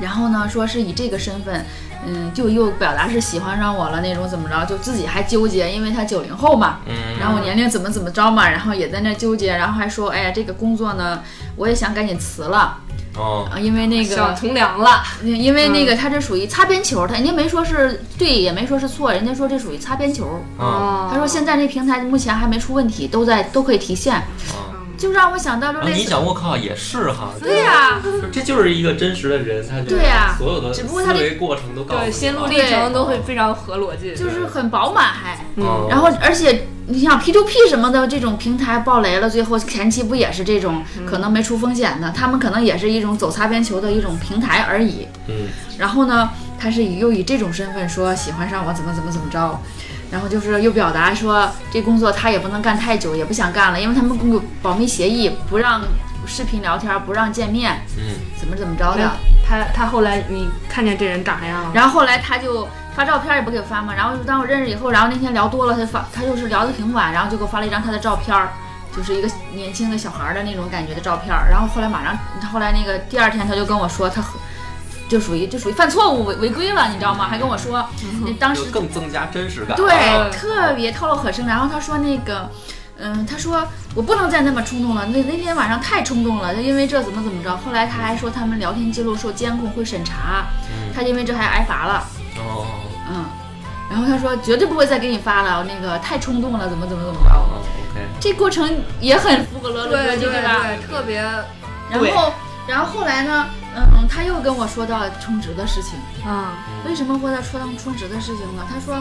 Speaker 3: 然后呢，说是以这个身份，嗯，就又表达是喜欢上我了那种，怎么着，就自己还纠结，因为他九零后嘛，
Speaker 2: 嗯
Speaker 3: 然后我年龄怎么怎么着嘛，然后也在那纠结，然后还说，哎呀，这个工作呢，我也想赶紧辞了，
Speaker 2: 哦，
Speaker 3: 啊因为那
Speaker 1: 想
Speaker 3: 个，
Speaker 1: 从良了，
Speaker 3: 因为那个他这属于擦边球，他人家没说是对，也没说是错，人家说这属于擦边球。
Speaker 2: 嗯，
Speaker 1: 他
Speaker 3: 他说现在这平台目前还没出问题，都在都可以提现，
Speaker 1: 嗯
Speaker 3: 就让我想到就
Speaker 2: 然后
Speaker 3: 类
Speaker 2: 哦啊你
Speaker 3: 似，
Speaker 2: 想，我靠，也是哈，
Speaker 3: 对呀、
Speaker 2: 这就是一个真实的人，他就
Speaker 3: 对呀
Speaker 2: 所有的
Speaker 3: 只不
Speaker 2: 思
Speaker 3: 过他这
Speaker 2: 维过程都告诉
Speaker 1: 对
Speaker 2: 你了
Speaker 1: 心路历程都会非常合逻辑，
Speaker 3: 就是很饱满还。
Speaker 2: 嗯
Speaker 3: 然后，而且你想 P to P 什么的这种平台爆雷了，最后前期不也是这种可能没出风险的，他们可能也是一种走擦边球的一种平台而已。
Speaker 2: 嗯
Speaker 3: 然后呢，他是以又以这种身份说喜欢上我怎么怎么怎么着，然后就是又表达说这工作他也不能干太久，也不想干了，因为他们有保密协议，不让视频聊天，不让见面，
Speaker 2: 嗯，
Speaker 3: 怎么怎么着的。
Speaker 1: 他他后来你看见这人长啥样了？
Speaker 3: 然后后来他就发照片也不给我发嘛，然后就当我认识以后，然后那天聊多了，他就发他就是聊得挺晚，然后就给我发了一张他的照片儿，就是一个年轻的小孩儿的那种感觉的照片儿。然后后来马上，后来那个第二天他就跟我说他很。就属于就属于犯错误违违规了，你知道吗？还跟我说，那当时
Speaker 2: 就更增加真实感。
Speaker 3: 对，
Speaker 1: 啊
Speaker 3: 特别套路很深。然后他说那个，嗯，他说我不能再那么冲动了，那那天晚上太冲动了，就因为这怎么怎么着。后来他还说他们聊天记录受监控会审查，他因为这还挨罚了。
Speaker 2: 嗯哦
Speaker 3: 嗯，然后他说绝对不会再给你发了，那个太冲动了，怎么怎么怎么
Speaker 2: 哦
Speaker 3: 着。
Speaker 2: ，OK，
Speaker 3: 这过程也很符合逻辑对吧？
Speaker 1: 特别
Speaker 3: 然
Speaker 1: 对
Speaker 3: 后，然后后来呢，嗯，他又跟我说到充值的事情，
Speaker 1: 啊，
Speaker 3: 为什么会在说到充值的事情呢？他说，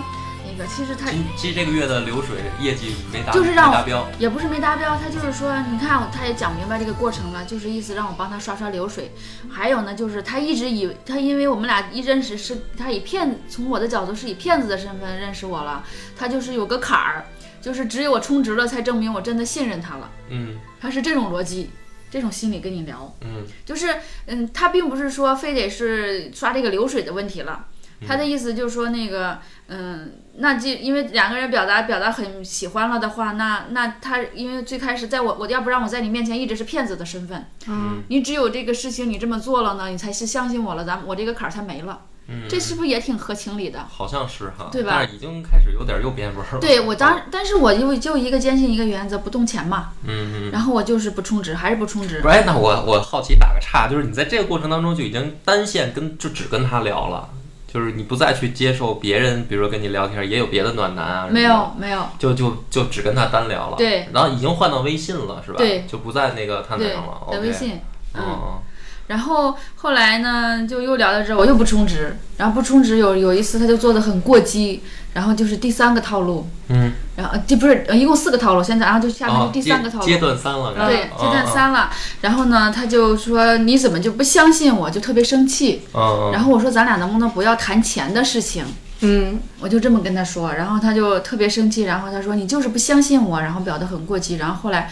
Speaker 3: 那个其实他
Speaker 2: 今今这个月的流水业绩没达，
Speaker 3: 就是让我
Speaker 2: 没达标，
Speaker 3: 也不是没达标，他就是说，你看我，他也讲明白这个过程了，就是意思让我帮他刷刷流水。还有呢，就是他一直以他，因为我们俩一认识是，他以骗从我的角度是以骗子的身份认识我了，他就是有个坎儿，就是只有我充值了才证明我真的信任他了，
Speaker 2: 嗯
Speaker 3: 他是这种逻辑。这种心理跟你聊，
Speaker 2: 嗯
Speaker 3: 就是，嗯，他并不是说非得是刷这个流水的问题了，他的意思就是说那个，嗯，那就因为两个人表达表达很喜欢了的话，那那他因为最开始在我我要不然我在你面前一直是骗子的身份，
Speaker 1: 嗯，
Speaker 3: 你只有这个事情你这么做了呢，你才是相信我了，咱们我这个坎儿才没了，
Speaker 2: 嗯，
Speaker 3: 这是不是也挺合情理的？
Speaker 2: 好像是哈，
Speaker 3: 对吧
Speaker 2: 但是已经开始有点右边味儿了。
Speaker 3: 对我当，但是我就就一个坚信一个原则，不动钱嘛，
Speaker 2: 嗯嗯。
Speaker 3: 然后我就是不充值，还是不充值
Speaker 2: 不。是，哎那我我好奇打个岔，就是你在这个过程当中就已经单线跟就只跟他聊了，就是你不再去接受别人，比如说跟你聊天也有别的暖男啊，什么的
Speaker 3: 没，有没有，
Speaker 2: 就就就只跟他单聊了。
Speaker 3: 对，
Speaker 2: 然后已经换到微信了是吧？
Speaker 3: 对
Speaker 2: 就不在那个探探
Speaker 3: 对
Speaker 2: 上了。，
Speaker 3: 在
Speaker 2: OK
Speaker 3: 微。信，
Speaker 2: 嗯
Speaker 3: 嗯。
Speaker 2: 嗯
Speaker 3: 然后后来呢，就又聊到这儿，我又不充值，然后不充值有有一次他就做的很过激，然后就是第三个套路，
Speaker 2: 嗯，
Speaker 3: 然后这不是呃一共四个套路，现在然后就下面
Speaker 2: 哦
Speaker 3: 是第三个套路，
Speaker 2: 阶阶段三了，该
Speaker 3: 对，
Speaker 2: 哦
Speaker 3: 阶段三了。然后呢，他就说你怎么就不相信我，就特别生气。
Speaker 2: 嗯，
Speaker 3: 然
Speaker 2: 后
Speaker 3: 后我说咱俩能不能不要谈钱的事情，
Speaker 1: 嗯，
Speaker 3: 我就这么跟他说，然后他就特别生气，然后他说你就是不相信我，然后表得很过激，然后后来。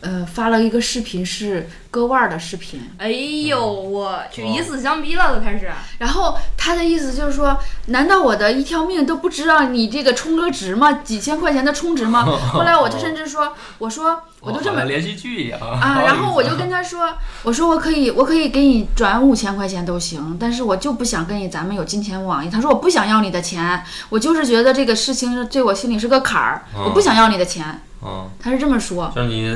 Speaker 3: 呃，发了一个视频是割腕儿的视频，
Speaker 1: 哎呦，我去，
Speaker 2: 哇
Speaker 1: 以死相逼了都开始。
Speaker 3: 然后他的意思就是说，难道我的一条命都不知道你这个充个值吗？几千块钱的充值 吗？后来我就甚至说，我
Speaker 2: 哦
Speaker 3: 说我都这么
Speaker 2: 连续剧一样
Speaker 3: 啊，然后我就跟他说，我说我可以，我可以给你转五千块钱都行，但是我就不想跟你咱们有金钱往来。他说我不想要你的钱，我就是觉得这个事情是对我心里是个坎儿，我不想要你的钱。
Speaker 2: 嗯，
Speaker 3: 他是这么说，
Speaker 2: 就是你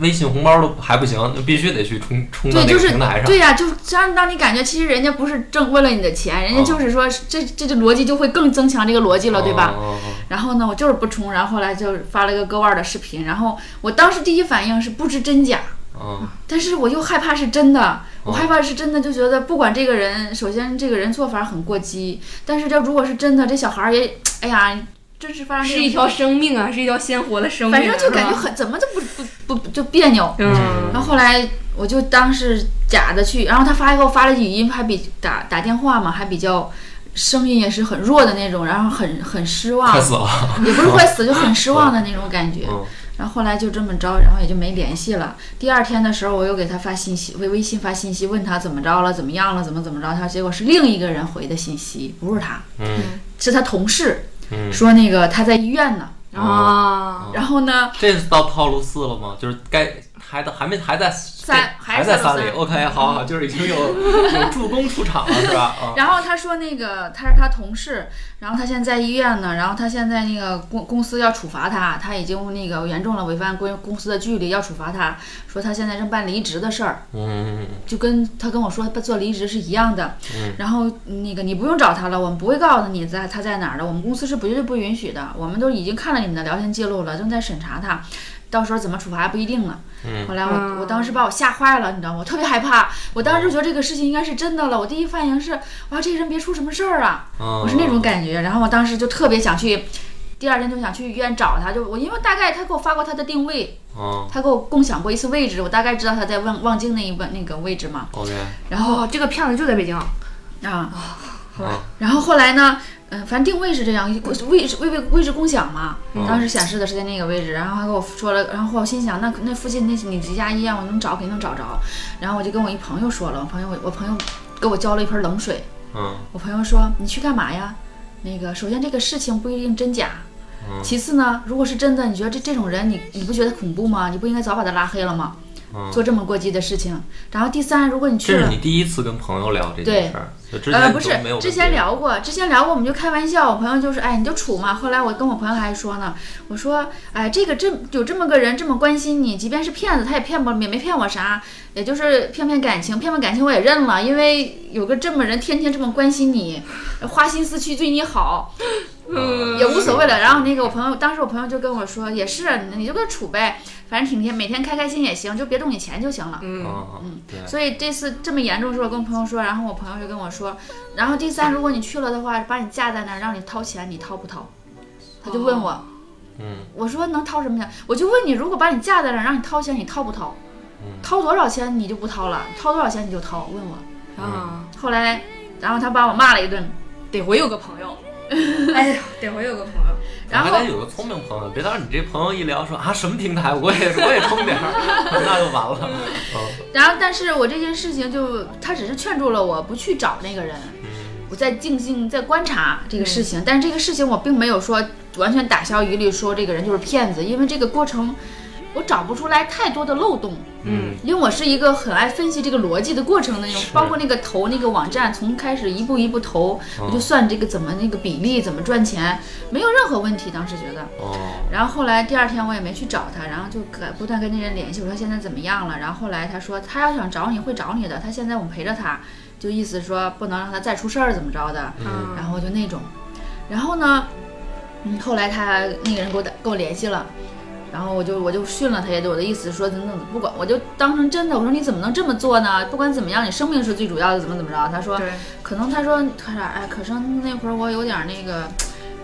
Speaker 2: 微信红包都还不行，那必须得去充充到
Speaker 3: 对，
Speaker 2: 那
Speaker 3: 就
Speaker 2: 个
Speaker 3: 是
Speaker 2: 平台上。
Speaker 3: 对呀、就是让让你感觉其实人家不是挣为了你的钱，人家
Speaker 2: 嗯
Speaker 3: 就是说这这这逻辑就会更增强这个逻辑了，对吧？
Speaker 2: 哦？哦
Speaker 3: 然后呢，我就是不充，然后后来就发了一个割腕儿的视频，然后我当时第一反应是不知真假，
Speaker 2: 哦哦
Speaker 3: 但是我又害怕是真的，我
Speaker 2: 哦
Speaker 3: 害怕是真的，就觉得不管这个人，首先这个人做法很过激，但是这如果是真的，这小孩儿也，哎呀，真是发生这
Speaker 1: 是
Speaker 3: 种
Speaker 1: 一条，生命啊，是一条鲜活的生命啊、
Speaker 3: 反正就感觉
Speaker 1: 是吧
Speaker 3: 很怎么就不不不就别扭。
Speaker 1: 嗯
Speaker 3: 然后后来我就当是假的去，然后他发给我发了语音，还比打打电话嘛，还比较声音也是很弱的那种，然后很很失望
Speaker 2: 快，死了！
Speaker 3: 也不是快死，就很失望的那种感觉。
Speaker 2: 嗯
Speaker 3: 然后后来就这么着，然后也就没联系了。第二天的时候，我又给他发信息，微微信发信息问他怎么着了，怎么样了，怎么怎么着。他结果是另一个人回的信息，不是他，
Speaker 2: 嗯
Speaker 3: 是他同事
Speaker 2: 嗯，
Speaker 3: 说那个他在医院呢。
Speaker 1: 啊，
Speaker 3: 然后呢，
Speaker 2: 这是到套路四了吗？就是该还到还没还在
Speaker 3: 三
Speaker 2: 还
Speaker 3: 还
Speaker 2: 在
Speaker 3: 在三嗯
Speaker 2: 里。OK，好好，就是已经有有助攻出场了，是吧？啊，
Speaker 3: 然后他说那个他是他同事，然后他现在在医院呢，然后他现在那个公公司要处罚他，他已经那个严重了违反公公司的纪律，要处罚他，说他现在正办离职的事儿。
Speaker 2: 嗯
Speaker 3: 就跟他跟我说他做离职是一样的，
Speaker 2: 嗯
Speaker 3: 然后那个你不用找他了，我们不会告诉你在他在哪儿的，我们公司是绝对不允许的，我们都已经看了你们的聊天记录了，正在审查他，到时候怎么处罚还不一定呢。
Speaker 2: 嗯
Speaker 3: 后来我、
Speaker 1: 嗯
Speaker 3: 我当时把我吓坏了，你知道吗？我特别害怕，我当时觉得这个事情应该是真的了，我第一反应是哇，这人别出什么事儿啊，
Speaker 2: 嗯，
Speaker 3: 我是那种感觉，然后我当时就特别想去。第二天就想去医院找他，就我因为大概他给我发过他的定位，
Speaker 2: 嗯
Speaker 3: 他给我共享过一次位置，我大概知道他在望望京那一本那个位置嘛。
Speaker 2: ，OK，
Speaker 3: 然后
Speaker 1: 哦，这个骗子就在北京。
Speaker 3: 啊，
Speaker 2: 嗯
Speaker 3: 然后后来呢，嗯、反正定位是这样，位置位位位置共享嘛，
Speaker 2: 嗯
Speaker 3: 当时显示的是在那个位置，然后他给我说了，然后我心想，那那附近那你这家医啊院我能找肯定能找着，然后我就跟我一朋友说了，我朋友我朋友给我浇了一盆冷水，
Speaker 2: 嗯
Speaker 3: 我朋友说你去干嘛呀？那个首先这个事情不一定真假。
Speaker 2: 嗯
Speaker 3: 其次呢，如果是真的，你觉得这这种人，你你不觉得恐怖吗？你不应该早把他拉黑了吗？
Speaker 2: 嗯，
Speaker 3: 做这么过激的事情。然后第三，如果你去
Speaker 2: 这
Speaker 3: 了，
Speaker 2: 是你第一次跟朋友聊这件事儿，就之前
Speaker 3: 呃，不是
Speaker 2: 都没有，跟
Speaker 3: 之前
Speaker 2: 别人
Speaker 3: 聊过，之前聊过，我们就开玩笑，我朋友就是，哎，你就处嘛。后来我跟我朋友还说呢，我说，哎，这个这有这么个人这么关心你，即便是骗子，他也骗不也没骗我啥，也就是骗骗感情，骗骗感情我也认了，因为有个这么人天天这么关心你，花心思去对你好，
Speaker 2: 嗯
Speaker 3: 也无所谓了。然后那个我朋友，当时我朋友就跟我说，也是，你就跟他处呗，反正挺天每天开开心也行，就别动你钱就行了。
Speaker 1: 嗯，
Speaker 2: 嗯嗯对，
Speaker 3: 所以这次这么严重的时候，我跟朋友说，然后我朋友就跟我说，然后第三，如果你去了的话，把你架在那儿，让你掏钱，你掏不掏？他就问我，
Speaker 2: 嗯
Speaker 3: 我说能掏什么钱？我就问你，如果把你架在那儿，让你掏钱，你掏不掏？
Speaker 2: 嗯
Speaker 3: 掏多少钱你就不掏了，掏多少钱你就掏。问我，
Speaker 1: 啊，
Speaker 3: 后来，然后他把我骂了一顿，
Speaker 1: 得回有个朋 友。哎呀，得回有个朋友。
Speaker 3: 然后
Speaker 2: 还得有个聪明朋友，别到时候你这朋友一聊说啊什么平台，我也我也充点 儿，那就完了。嗯
Speaker 3: 然后但是我这件事情就他只是劝住了我不去找那个人，
Speaker 2: 嗯
Speaker 3: 我在静静在观察这个事情，但是这个事情我并没有说完全打消疑虑，说这个人就是骗子，因为这个过程我找不出来太多的漏洞。
Speaker 2: 嗯，
Speaker 3: 因为我是一个很爱分析这个逻辑的过程的那种
Speaker 2: 是，
Speaker 3: 包括那个投那个网站，从开始一步一步投，我就算这个怎么那个比例怎么赚钱，没有任何问题。当时觉得，
Speaker 2: 哦，
Speaker 3: 然后后来第二天我也没去找他，然后就跟不断跟那人联系，我说现在怎么样了？然后后来他说他要想找你会找你的，他现在我们陪着他，就意思说不能让他再出事儿怎么着的，
Speaker 1: 嗯
Speaker 3: 然后就那种，然后呢，嗯，后来他那个人给我打跟我联系了。然后我就我就训了他一顿，我的意思是说怎么怎么不管，我就当成真的，我说你怎么能这么做呢？不管怎么样，你生命是最主要的，怎么怎么着？他说
Speaker 1: 对，
Speaker 3: 可能他说他说哎，可生那会儿我有点儿那个，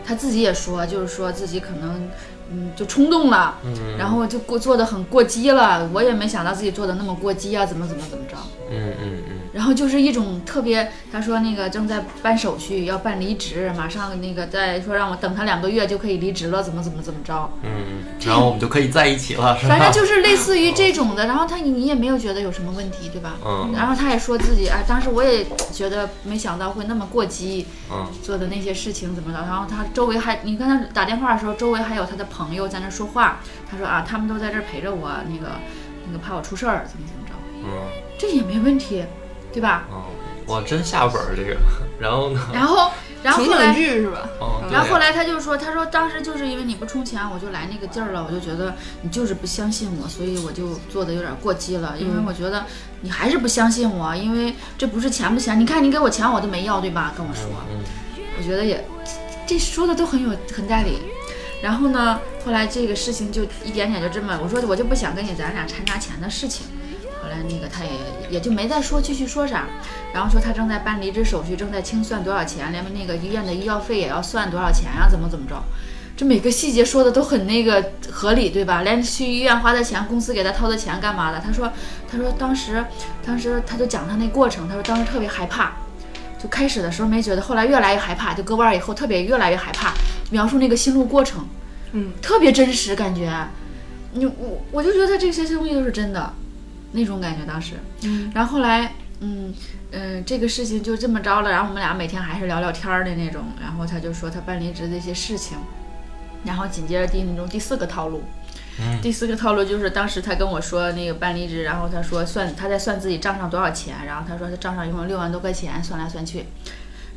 Speaker 3: 他自己也说，就是说自己可能嗯就冲动了，
Speaker 2: 嗯
Speaker 3: 然后就过做的很过激了，我也没想到自己做的那么过激啊，怎么怎么怎么着，
Speaker 2: 嗯嗯嗯，
Speaker 3: 然后就是一种特别，他说那个正在办手续要办离职，马上那个再说让我等他两个月就可以离职了，怎么怎么怎么 着，
Speaker 2: 嗯，然后我们就可以在一起了，是吧？
Speaker 3: 反正就是类似于这种的，然后他你你也没有觉得有什么问题，对吧？
Speaker 2: 嗯
Speaker 3: 然后他也说自己哎，当时我也觉得没想到会那么过激，
Speaker 2: 嗯
Speaker 3: 做的那些事情怎么着，然后他周围还，你跟他打电话的时候，周围还有他的朋友在那说话，他说啊，他们都在这儿陪着我，那个那个怕我出事儿，怎么怎么着，
Speaker 2: 嗯
Speaker 3: 这也没问题，对吧？
Speaker 2: 嗯，哇，真下本儿这个。 然后呢？
Speaker 3: 然后， 然后
Speaker 1: 情
Speaker 3: 后
Speaker 1: 景
Speaker 3: 来，
Speaker 1: 剧是吧？
Speaker 2: 哦，对
Speaker 3: 嗯然后后来他就说，他说当时就是因为你不充钱，我就来那个劲儿了，我就觉得你就是不相信我，所以我就做的有点过激了，因为
Speaker 1: 嗯
Speaker 3: 我觉得你还是不相信我，因为这不是钱不钱，你看你给我钱我都没要，对吧？跟我说，
Speaker 2: 嗯
Speaker 3: 我觉得也这这说的都很有很在理。然后呢，后来这个事情就一点点就这么，我说我就不想跟你咱俩掺杂钱的事情。后来那个他也也就没再说继续说啥，然后说他正在办离职手续，正在清算多少钱，连那个医院的医药费也要算多少钱啊，怎么怎么着。这每个细节说的都很那个合理，对吧？连去医院花的钱，公司给他掏的钱干嘛的？他说，他说当时，当时他就讲他那过程，他说当时特别害怕，就开始的时候没觉得，后来越来越害怕，就割腕儿以后特别越来越害怕，描述那个心路过程，
Speaker 1: 嗯，
Speaker 3: 特别真实感觉，你我我就觉得这些东西都是真的，那种感觉当时，
Speaker 1: 嗯，
Speaker 3: 然后后来嗯嗯、呃这个事情就这么着了，然后我们俩每天还是聊聊天儿的那种，然后他就说他办离职的一些事情，然后紧接着第那种第四个套路。第四个套路就是当时他跟我说那个办离职，然后他说算他在算自己账上多少钱，然后他说他账上一共六万多块钱，算来算去，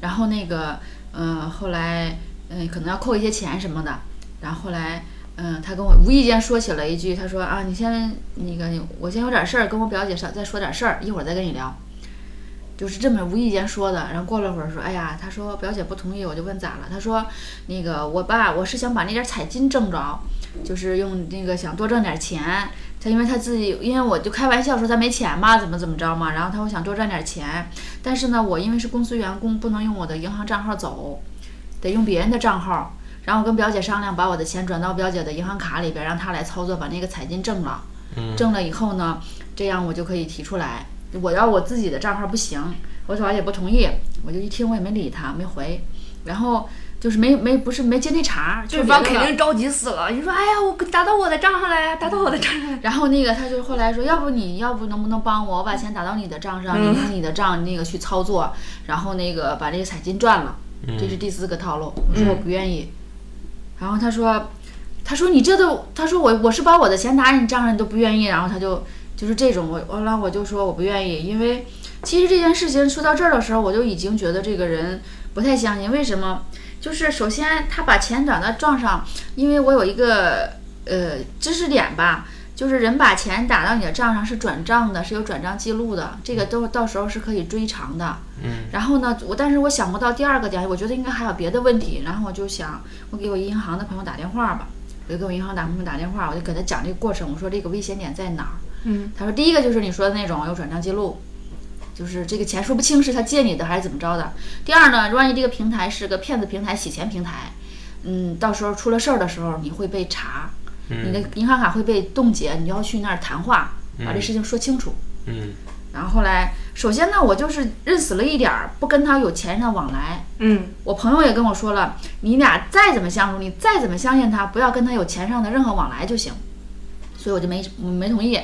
Speaker 3: 然后那个，嗯、后来，嗯、可能要扣一些钱什么的。然后后来，嗯、他跟我无意间说起了一句，他说啊，你先那个，我先有点事儿，跟我表姐上再说点事儿，一会儿再跟你聊。就是这么无意间说的，然后过了会儿说，哎呀，他说表姐不同意，我就问咋了，他说那个我爸我是想把那点彩金挣着，就是用那个想多挣点钱，他因为他自己，因为我就开玩笑说他没钱嘛，怎么怎么着嘛，然后他说想多赚点钱，但是呢，我因为是公司员工，不能用我的银行账号走，得用别人的账号。然后我跟表姐商量，把我的钱转到表姐的银行卡里边，让她来操作，把那个彩金挣了。
Speaker 2: 嗯
Speaker 3: 挣了以后呢，这样我就可以提出来。我要我自己的账号不行，我表姐不同意，我就一听我也没理她，没回。然后就是没没不是没接那茬儿，就
Speaker 1: 对
Speaker 3: 是
Speaker 1: 方
Speaker 3: 别
Speaker 1: 肯
Speaker 3: 的了
Speaker 1: 定着急死了。你说，哎呀，我打到我的账上来呀，打到我的账上来。
Speaker 3: 然后那个他就后来说，要不你要不能不能帮我，我把钱打到你的账上，你用你的账那个去操作，然后那个把这个彩金赚了，这是第四个套路。我说我不愿意，然后他说，他说你这都，他说我我是把我的钱打你账上，你都不愿意，然后他就就是这种，我后来我就说我不愿意，因为其实这件事情说到这儿的时候，我就已经觉得这个人不太相信，为什么？就是首先他把钱转到账上，因为我有一个呃知识点吧，就是人把钱打到你的账上是转账的，是有转账记录的，这个都到时候是可以追偿的。
Speaker 2: 嗯。
Speaker 3: 然后呢，我但是我想不到第二个点，我觉得应该还有别的问题，然后我就想，我给我银行的朋友打电话吧，我就给我银行打朋友打电话，我就给他讲这个过程，我说这个危险点在哪儿。
Speaker 1: 嗯，
Speaker 3: 他说第一个就是你说的那种有转账记录，就是这个钱说不清是他借你的还是怎么着的。第二呢，万一这个平台是个骗子平台、洗钱平台，嗯，到时候出了事儿的时候你会被查，
Speaker 2: 嗯
Speaker 3: 你的银行卡会被冻结，你要去那儿谈话，把这事情说清楚。
Speaker 2: 嗯
Speaker 3: 然后后来，首先呢，我就是认死了一点儿，不跟他有钱上往来。
Speaker 1: 嗯，
Speaker 3: 我朋友也跟我说了，你俩再怎么相处，你再怎么相信他，不要跟他有钱上的任何往来就行。所以我就没没同意，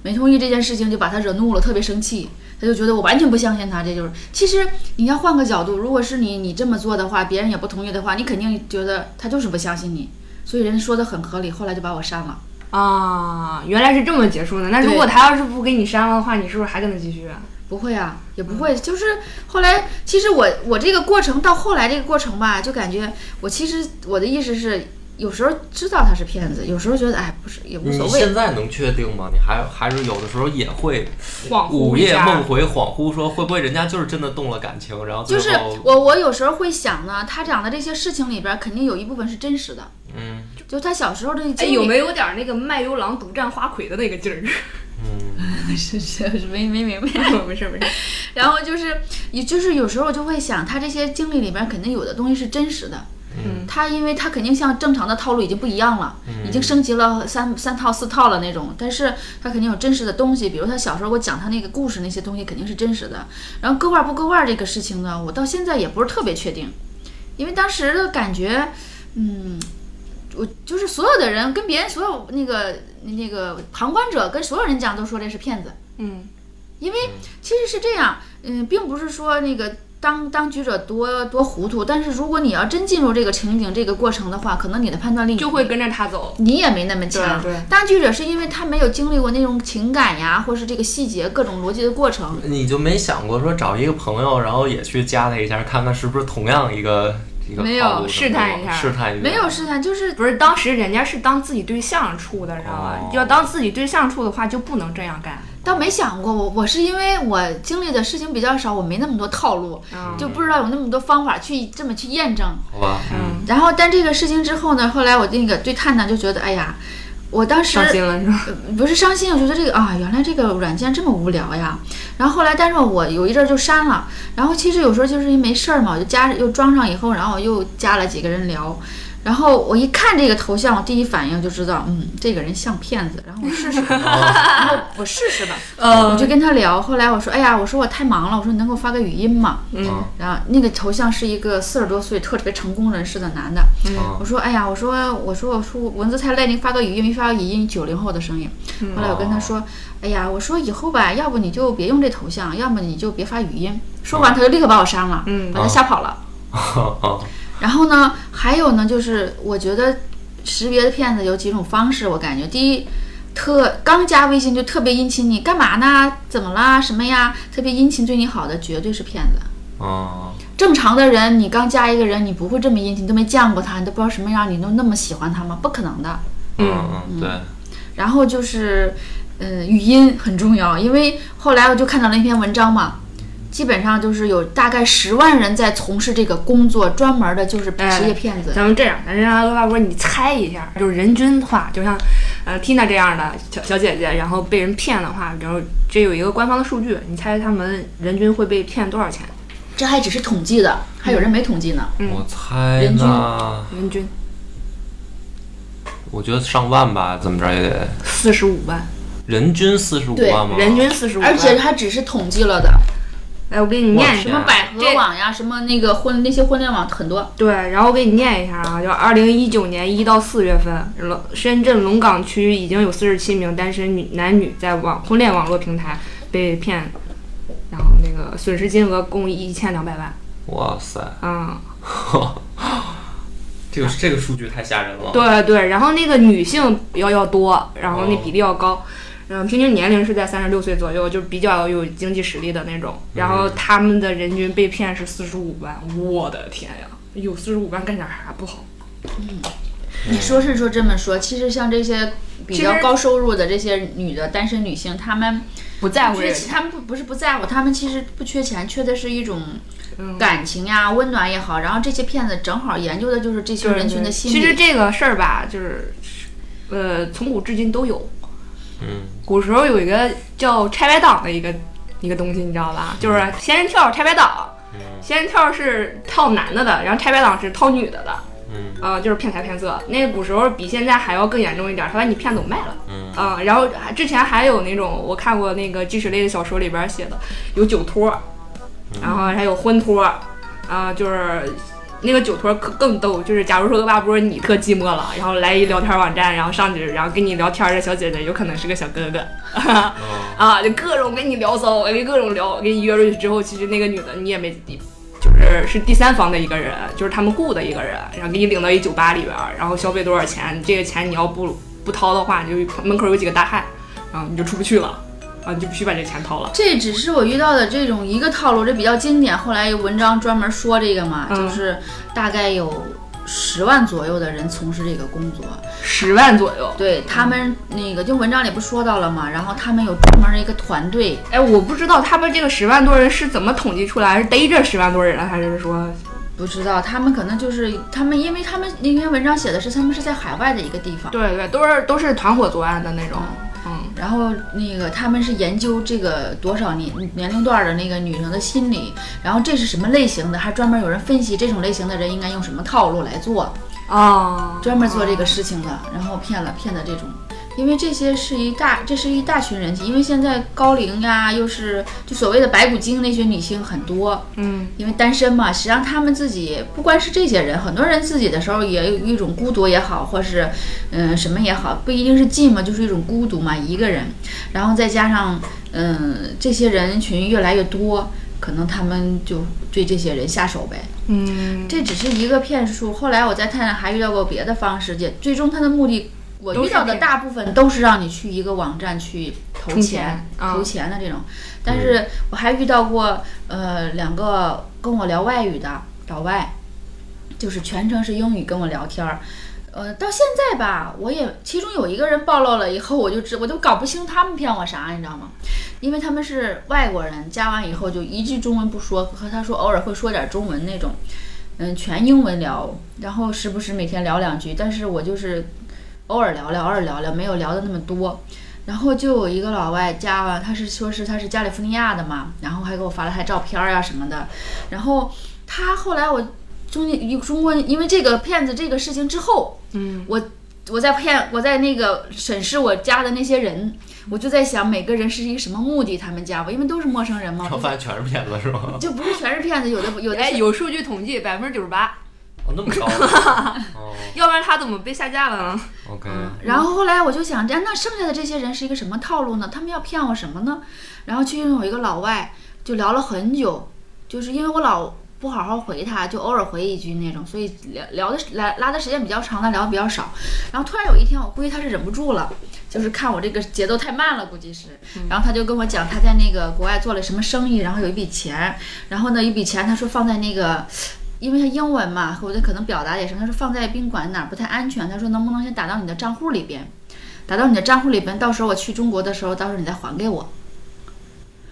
Speaker 3: 没同意这件事情就把他惹怒了，特别生气，他就觉得我完全不相信他，这就是。其实你要换个角度，如果是你，你这么做的话，别人也不同意的话，你肯定觉得他就是不相信你，所以人家说的很合理，后来就把我删了。
Speaker 1: 啊，原来是这么结束的。那如果他要是不给你删了的话，你是不是还跟他继续啊？
Speaker 3: 不会啊，也
Speaker 2: 嗯
Speaker 3: 不会。就是后来，其实我我这个过程到后来这个过程吧，就感觉我其实我的意思是，有时候知道他是骗子，有时候觉得哎不是也无
Speaker 2: 嗯
Speaker 3: 所
Speaker 2: 你
Speaker 3: 谓
Speaker 2: 现。在能确定吗？你还还是有的时候也会
Speaker 1: 恍惚
Speaker 2: 午
Speaker 1: 一
Speaker 2: 夜
Speaker 1: 下
Speaker 2: 梦回，恍惚说会不会人家就是真的动了感情，然后最
Speaker 3: 就是
Speaker 2: 后
Speaker 3: 我我有时候会想呢，他讲的这些事情里边儿肯定有一部分是真实的，
Speaker 2: 嗯
Speaker 3: 就他小时候的经历、
Speaker 1: 哎，有没有点那个卖油郎独占花魁的那个劲儿？
Speaker 2: 嗯，
Speaker 3: 是是是没没明白。
Speaker 1: 没事没事。
Speaker 3: 然后就是，也就是有时候我就会想，他这些经历里边肯定有的东西是真实的。
Speaker 1: 嗯
Speaker 3: 他因为他肯定像正常的套路已经不一样了，已经升级了三三套四套了那种，但是他肯定有真实的东西，比如他小时候给我讲他那个故事那些东西肯定是真实的。然后割腕不割腕这个事情呢，我到现在也不是特别确定，因为当时的感觉，嗯，我就是所有的人跟别人所有那个那个旁观者跟所有人讲都说这是骗子，
Speaker 1: 嗯
Speaker 3: 因为其实是这样，嗯，并不是说那个当当局者多多糊涂，但是如果你要真进入这个情景、这个过程的话，可能你的判断力
Speaker 1: 就会跟着他走。
Speaker 3: 你也没那么强
Speaker 1: 对对。
Speaker 3: 当局者是因为他没有经历过那种情感呀，或是这个细节、各种逻辑的过程。
Speaker 2: 你就没想过说找一个朋友，然后也去加他一下，看看是不是同样一个一个
Speaker 3: 没有
Speaker 2: 套路什么的
Speaker 1: 试探一下
Speaker 2: 试探一下，
Speaker 3: 没有试探，就是
Speaker 1: 不是，当时人家是当自己对象处的，知道吧？
Speaker 2: 哦
Speaker 1: 要当自己对象处的话，就不能这样干。
Speaker 3: 倒没想过我，我是因为我经历的事情比较少，我没那么多套路，
Speaker 1: 嗯
Speaker 3: 就不知道有那么多方法去这么去验证。
Speaker 2: 好吧，
Speaker 1: 嗯，
Speaker 3: 然后，但这个事情之后呢，后来我那个对探探就觉得，哎呀，我当时
Speaker 1: 伤心了是吧？
Speaker 3: 不是伤心，我觉得这个啊，原来这个软件这么无聊呀。然后后来，但是我有一阵儿就删了。然后其实有时候就是因为没事儿嘛，我就加又装上以后，然后我又加了几个人聊。然后我一看这个头像，我第一反应就知道，嗯，这个人像骗子。然后我试试，然后我试试吧，我
Speaker 1: 呃
Speaker 3: 就跟他聊。后来我说，哎呀，我说我太忙了，我说你能给我发个语音吗？
Speaker 2: 嗯
Speaker 3: 然后那个头像是一个四十多岁特别成功人士的男的，
Speaker 2: 嗯
Speaker 3: 我说，哎呀，我说，我说，我说文字太累，你发个语音，没发个语音，九零后的声音。后来我跟他说，哎呀，我说以后吧，要不你就别用这头像，要么你就别发语音。说完，他就立刻把我删了，
Speaker 1: 嗯
Speaker 3: 把他吓跑了。
Speaker 2: 啊
Speaker 3: 然后呢，还有呢，就是我觉得识别的骗子有几种方式，我感觉第一。特刚加微信就特别殷勤，你干嘛呢？怎么啦？什么呀？特别殷勤对你好的绝对是骗子。
Speaker 2: 啊
Speaker 3: 正常的人，你刚加一个人，你不会这么殷勤，你都没见过他，你都不知道什么样，你都那么喜欢他吗？不可能的。
Speaker 2: 嗯嗯对，
Speaker 3: 然后就是，嗯、语音很重要，因为后来我就看到了一篇文章嘛，基本上就是有大概十万人在从事这个工作，专门的就是职业骗子。
Speaker 1: 咱们这样，咱让阿拉伯你猜一下，就是人均化，就像呃 Tina 这样的小小姐姐，然后被人骗的话，比如这有一个官方的数据，你猜他们人均会被骗多少钱？
Speaker 3: 这还只是统计的，还有人没统计呢。
Speaker 1: 嗯
Speaker 2: 我猜
Speaker 3: 人均
Speaker 2: 呢，
Speaker 1: 人均
Speaker 2: 我觉得上万吧，怎么着也得
Speaker 1: 四十五万，
Speaker 2: 人均四十五
Speaker 3: 对
Speaker 2: 万吗？
Speaker 1: 人均四十五万。
Speaker 3: 而且还只是统计了的，
Speaker 1: 哎，我给你念一
Speaker 2: 什
Speaker 3: 什
Speaker 1: 下
Speaker 2: 么
Speaker 3: 么。百合网呀，什么那个婚那些婚恋网很多。
Speaker 1: 对，然后我给你念一下啊，就二零一九年一到四月份，龙深圳龙岗区已经有四十七名单身女男女在网婚恋网络平台被骗，然后那个损失金额共一千两百万。
Speaker 2: 哇塞，
Speaker 1: 嗯，
Speaker 2: 这个这个数据太吓人了。
Speaker 1: 对对，然后那个女性要要多，然后那
Speaker 2: 哦
Speaker 1: 比例要高。然后平均年龄是在三十六岁左右，就比较有经济实力的那种。然后他们的人均被骗是四十五万，我的天呀，有四十五万干点啥不好？
Speaker 3: 你说是说这么说，其实像这些比
Speaker 1: 其
Speaker 3: 较
Speaker 1: 实
Speaker 3: 高收入的这些女的单身女性，她们
Speaker 1: 不在乎
Speaker 3: 不
Speaker 1: 这
Speaker 3: 是
Speaker 1: 个
Speaker 3: 其
Speaker 1: 钱，
Speaker 3: 她们不不是不在乎，她们其实不缺钱，缺的是一种
Speaker 1: 嗯
Speaker 3: 感情呀、温暖也好。然后这些骗子正好研究的就是这群人群的心理。
Speaker 1: 其实这个事儿吧，就是，呃，从古至今都有。
Speaker 2: 嗯，
Speaker 1: 古时候有一个叫拆白党的一个一个东西，你知道吧？就是
Speaker 2: 嗯
Speaker 1: 仙人跳、拆白党。仙人跳是跳男的的，然后拆白党是套女的的。
Speaker 2: 嗯，
Speaker 1: 呃，就是骗财骗色。那个古时候比现在还要更严重一点，他把你骗走卖了。
Speaker 2: 嗯，
Speaker 1: 啊、然后还之前还有那种我看过那个纪实类的小说里
Speaker 2: 嗯
Speaker 1: 呃边写的，有酒托儿，然后还有婚托儿，啊、就是那个酒托更更逗，就是假如说个吧波你特寂寞了，然后来一聊天网站，然后上去，然后跟你聊天的小姐姐有可能是个小哥 哥，啊，就各种跟你聊骚，跟各种聊，给你约出去之后，其实那个女的你也没就是是第三方的一个人，就是他们雇的一个人，然后给你领到一酒吧里边儿，然后消费多少钱，这个钱你要不不掏的话，你就门口有几个大汉，然后你就出不去了，啊，你就必须把这钱掏了。
Speaker 3: 这只是我遇到的这种一个套路，这比较经典。后来有文章专门说这个嘛，
Speaker 1: 嗯
Speaker 3: 就是大概有十万左右的人从事这个工作，
Speaker 1: 十万左右。
Speaker 3: 对他们
Speaker 1: 嗯
Speaker 3: 那个就文章里不说到了嘛，然后他们有专门的一个团队，
Speaker 1: 哎，我不知道他们这个十万多人是怎么统计出来，是逮这十万多人了，还是说，
Speaker 3: 不知道他们可能就是他们，因为他们那篇文章写的是他们是在海外的一个地方，
Speaker 1: 对对，都是都是团伙作案的那种。嗯，
Speaker 3: 然后那个他们是研究这个多少年年龄段的那个女生的心理，然后这是什么类型的，还专门有人分析这种类型的人应该用什么套路来做，
Speaker 1: 哦，
Speaker 3: 专门做这个事情的，然后骗了骗的这种。因为这些是一大，这是一大群人群，因为现在高龄呀、又是就所谓的白骨精那些女性很多，
Speaker 1: 嗯，
Speaker 3: 因为单身嘛，实际上他们自己不光是这些人，很多人自己的时候也有一种孤独也好，或是嗯、什么也好，不一定是寂寞，就是一种孤独嘛，一个人。然后再加上嗯、这些人群越来越多，可能他们就对这些人下手呗。
Speaker 1: 嗯，
Speaker 3: 这只是一个骗术。后来我在泰南还遇到过别的方式，也最终他的目的，我
Speaker 1: 都
Speaker 3: 遇
Speaker 1: 是
Speaker 3: 到的
Speaker 1: 骗
Speaker 3: 大部分都是让你去一个网站去投
Speaker 1: 充
Speaker 3: 钱
Speaker 1: 钱、啊
Speaker 3: 投钱的这种。但是我还遇到过呃两个跟我聊外语的老外，就是全程是英语跟我聊天儿。呃，到现在吧，我也其中有一个人暴露了以后，我就知我都搞不清他们骗我啥，你知道吗？因为他们是外国人，加完以后就一句中文不说，和他说偶尔会说点中文那种，嗯，全英文聊，然后时不时每天聊两句，但是我就是偶尔聊聊，偶尔聊聊，没有聊的那么多。然后就有一个老外加完，他是说是他是加利福尼亚的嘛，然后还给我发了他照片呀、啊、什么的，然后他后来我中间有中国因为这个骗子这个事情之后，
Speaker 1: 嗯，
Speaker 3: 我我在骗我在那个审视我加的那些人，我就在想每个人是一个什么目的他们加我，因为都是陌生人嘛
Speaker 2: 然，后发现全是骗子是 吗？
Speaker 3: 就不是全是骗子，有的有的
Speaker 1: 哎，
Speaker 3: 是
Speaker 1: 有数据统计，百分之九十八，
Speaker 2: 哦，那么高啊。哦
Speaker 1: 要不然他怎么被下架了呢？
Speaker 2: ，OK，
Speaker 3: 然后后来我就想，哎，那剩下的这些人是一个什么套路呢？他们要骗我什么呢？然后其中有一个老外就聊了很久，就是因为我老不好好回他，就偶尔回一句那种，所以聊聊的拉拉的时间比较长，但聊的比较少。然后突然有一天，我估计他是忍不住了，就是看我这个节奏太慢了，估计是。然后他就跟我讲他在那个国外做了什么生意，然后有一笔钱，然后呢一笔钱他说放在那个。因为他英文嘛，我就可能表达也是，他说放在宾馆哪儿不太安全，他说能不能先打到你的账户里边，打到你的账户里边，到时候我去中国的时候，到时候你再还给我。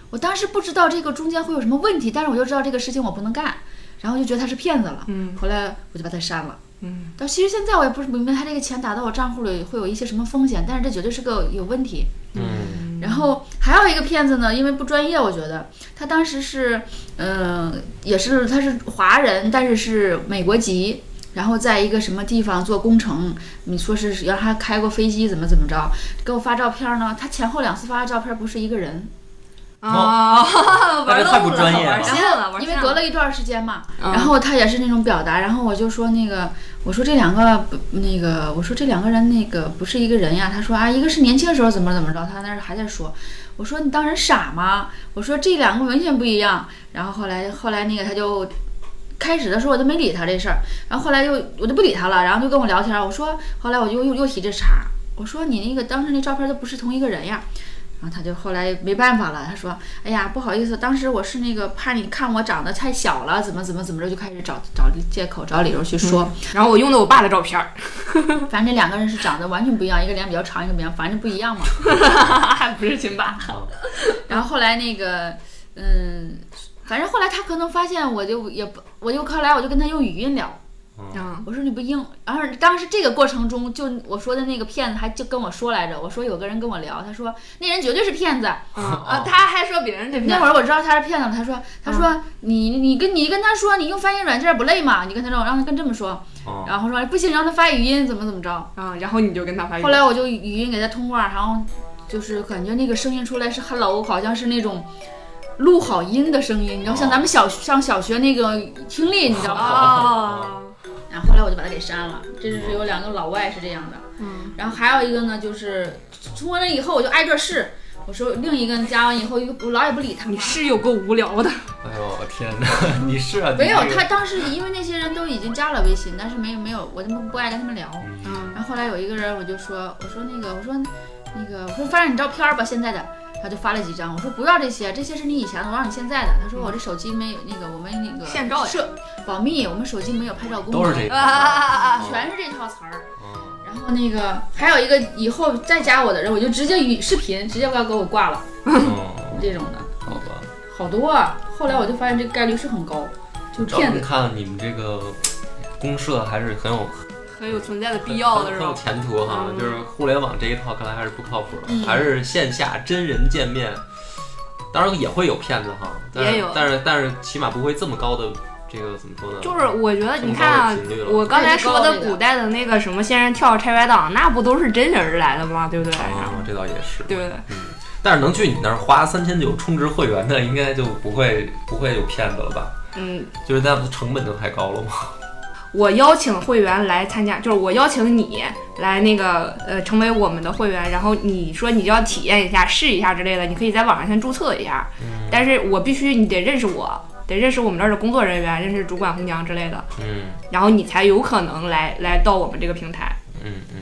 Speaker 3: 我当时不知道这个中间会有什么问题，但是我就知道这个事情我不能干，然后就觉得他是骗子了，
Speaker 1: 嗯
Speaker 3: 后来我就把他删了。
Speaker 1: 嗯，
Speaker 3: 但其实现在我也不是明白他这个钱打到我账户里会有一些什么风险，但是这绝对是个有问题。
Speaker 2: 嗯，
Speaker 3: 然后还有一个骗子呢，因为不专业，我觉得他当时是，嗯、也是他是华人，但是是美国籍，然后在一个什么地方做工程，你说是让他开过飞机，怎么怎么着，给我发照片呢，他前后两次发的照片不是一个人，
Speaker 2: 哦
Speaker 1: 啊，玩
Speaker 2: 那这太
Speaker 1: 漏
Speaker 2: 不
Speaker 1: 了，
Speaker 2: 专业啊
Speaker 1: 玩
Speaker 2: 了
Speaker 1: 线了，玩
Speaker 3: 因
Speaker 1: 线
Speaker 3: 为
Speaker 1: 了
Speaker 3: 隔了一段时间嘛，
Speaker 1: 嗯
Speaker 3: 然后他也是那种表达，然后我就说那个，我说这两个不那个，我说这两个人那个不是一个人呀，他说啊，一个是年轻的时候怎么怎么着，他那儿还在说，我说你当人傻吗？我说这两个完全不一样，然后后来后来那个他就。开始的时候我都没理他这事儿，然后后来又我就不理他了，然后就跟我聊天儿。我说后来我就又又提这茬儿，我说你那个当时那照片都不是同一个人呀。然后他就后来没办法了，他说：“哎呀，不好意思，当时我是那个怕你看我长得太小了，怎么怎么怎么着，就开始找找借口、找理由去说。
Speaker 1: 然后我用的我爸的照片儿，
Speaker 3: 反正这两个人是长得完全不一样，一个脸比较长，一个比较，反正不一样嘛。
Speaker 1: 还不是亲爸。
Speaker 2: 嗯
Speaker 3: 然后后来那个，嗯，反正后来他可能发现我就也不，我就后来我就跟他用语音聊，
Speaker 1: 嗯，
Speaker 3: 我说你不英，然后当时这个过程中，就我说的那个骗子还就跟我说来着，我说有个人跟我聊，他说那人绝对是骗子。
Speaker 2: 哦
Speaker 1: 啊，他还说别人这
Speaker 3: 那
Speaker 1: 骗
Speaker 3: 会儿我知道他是骗子了，他说
Speaker 1: 嗯
Speaker 3: 他说、你你跟你跟他说你用翻译软件不累吗？你跟他这种让他跟这么说，
Speaker 2: 哦，
Speaker 3: 然后说不行让他发语音怎么怎么着。
Speaker 1: 啊，然后你就跟他发
Speaker 3: 后来我就语音给他通话，然后就是感觉那个声音出来是 hello，好像是那种录好音的声音，你知道，像咱们小上小学那个听力，你知道吗？
Speaker 1: 哦，
Speaker 3: 然后后来我就把它给删了。这就是有两个老外是这样的，
Speaker 1: 嗯，
Speaker 3: 然后还有一个呢，就是从完了以后我就挨个试。我说另一个加完以后，我老也不理他，
Speaker 1: 你是有够无聊的，
Speaker 4: 哎呦我天 哪，你是啊？
Speaker 3: 没有
Speaker 4: 你这个
Speaker 3: 他当时因为那些人都已经加了微信，但是没有没有，我他妈不爱跟他们聊。
Speaker 1: 嗯，
Speaker 3: 然后后来有一个人，我就说，我说那个，我说那个，我说发点你照片儿吧，现在的。他就发了几张，我说不要这些，这些是你以前的，我让你现在的。他说我这手机没有那个，我们那个
Speaker 1: 现照呀
Speaker 3: 设保密，我们手机没有拍照功能，
Speaker 2: 都是这
Speaker 1: 啊啊
Speaker 2: 个。
Speaker 1: 啊啊！
Speaker 3: 全是这套词儿。
Speaker 2: 嗯
Speaker 3: 然后那个还有一个以后再加我的人，我就直接语视频直接要给我挂了
Speaker 2: 嗯，
Speaker 3: 这种的，
Speaker 2: 好 吧。
Speaker 3: 好多啊。后来我就发现这个概率是很高，就是
Speaker 2: 找
Speaker 3: 骗
Speaker 2: 人
Speaker 3: 子。
Speaker 2: 看你们这个公社还是很有
Speaker 1: 很有存在的 必要的
Speaker 2: 很
Speaker 1: 是
Speaker 2: 很有
Speaker 1: 吧？
Speaker 2: 前途哈。
Speaker 1: 嗯
Speaker 2: 就是互联网这一套看来还是不靠谱的，
Speaker 3: 嗯
Speaker 2: 还是线下真人见面，当然也会有骗子哈，但
Speaker 1: 也
Speaker 2: 是
Speaker 1: 有
Speaker 2: 但是但是起码不会这么高的这个怎么说呢？
Speaker 1: 就是我觉得
Speaker 2: 这
Speaker 1: 你
Speaker 2: 么
Speaker 1: 看
Speaker 2: 高的
Speaker 1: 啊，
Speaker 2: 频率了。
Speaker 1: 我刚才说的古代的那个什么仙人跳、拆白党，那不都是真人来的吗？对不对？
Speaker 2: 啊，这倒也是。嗯
Speaker 1: 对不对？
Speaker 2: 但是能去你那儿花三千九充值会员的，应该就不会不会有骗子了吧？
Speaker 1: 嗯，
Speaker 2: 就是那不成本就太高了吗？
Speaker 1: 我邀请会员来参加，就是我邀请你来那个呃成为我们的会员，然后你说你要体验一下、试一下之类的，你可以在网上先注册一下，
Speaker 2: 嗯
Speaker 1: 但是我必须你得认识我，得认识我们这儿的工作人员，认识主管红娘之类的，
Speaker 2: 嗯
Speaker 1: 然后你才有可能来来到我们这个平台。
Speaker 2: 嗯嗯，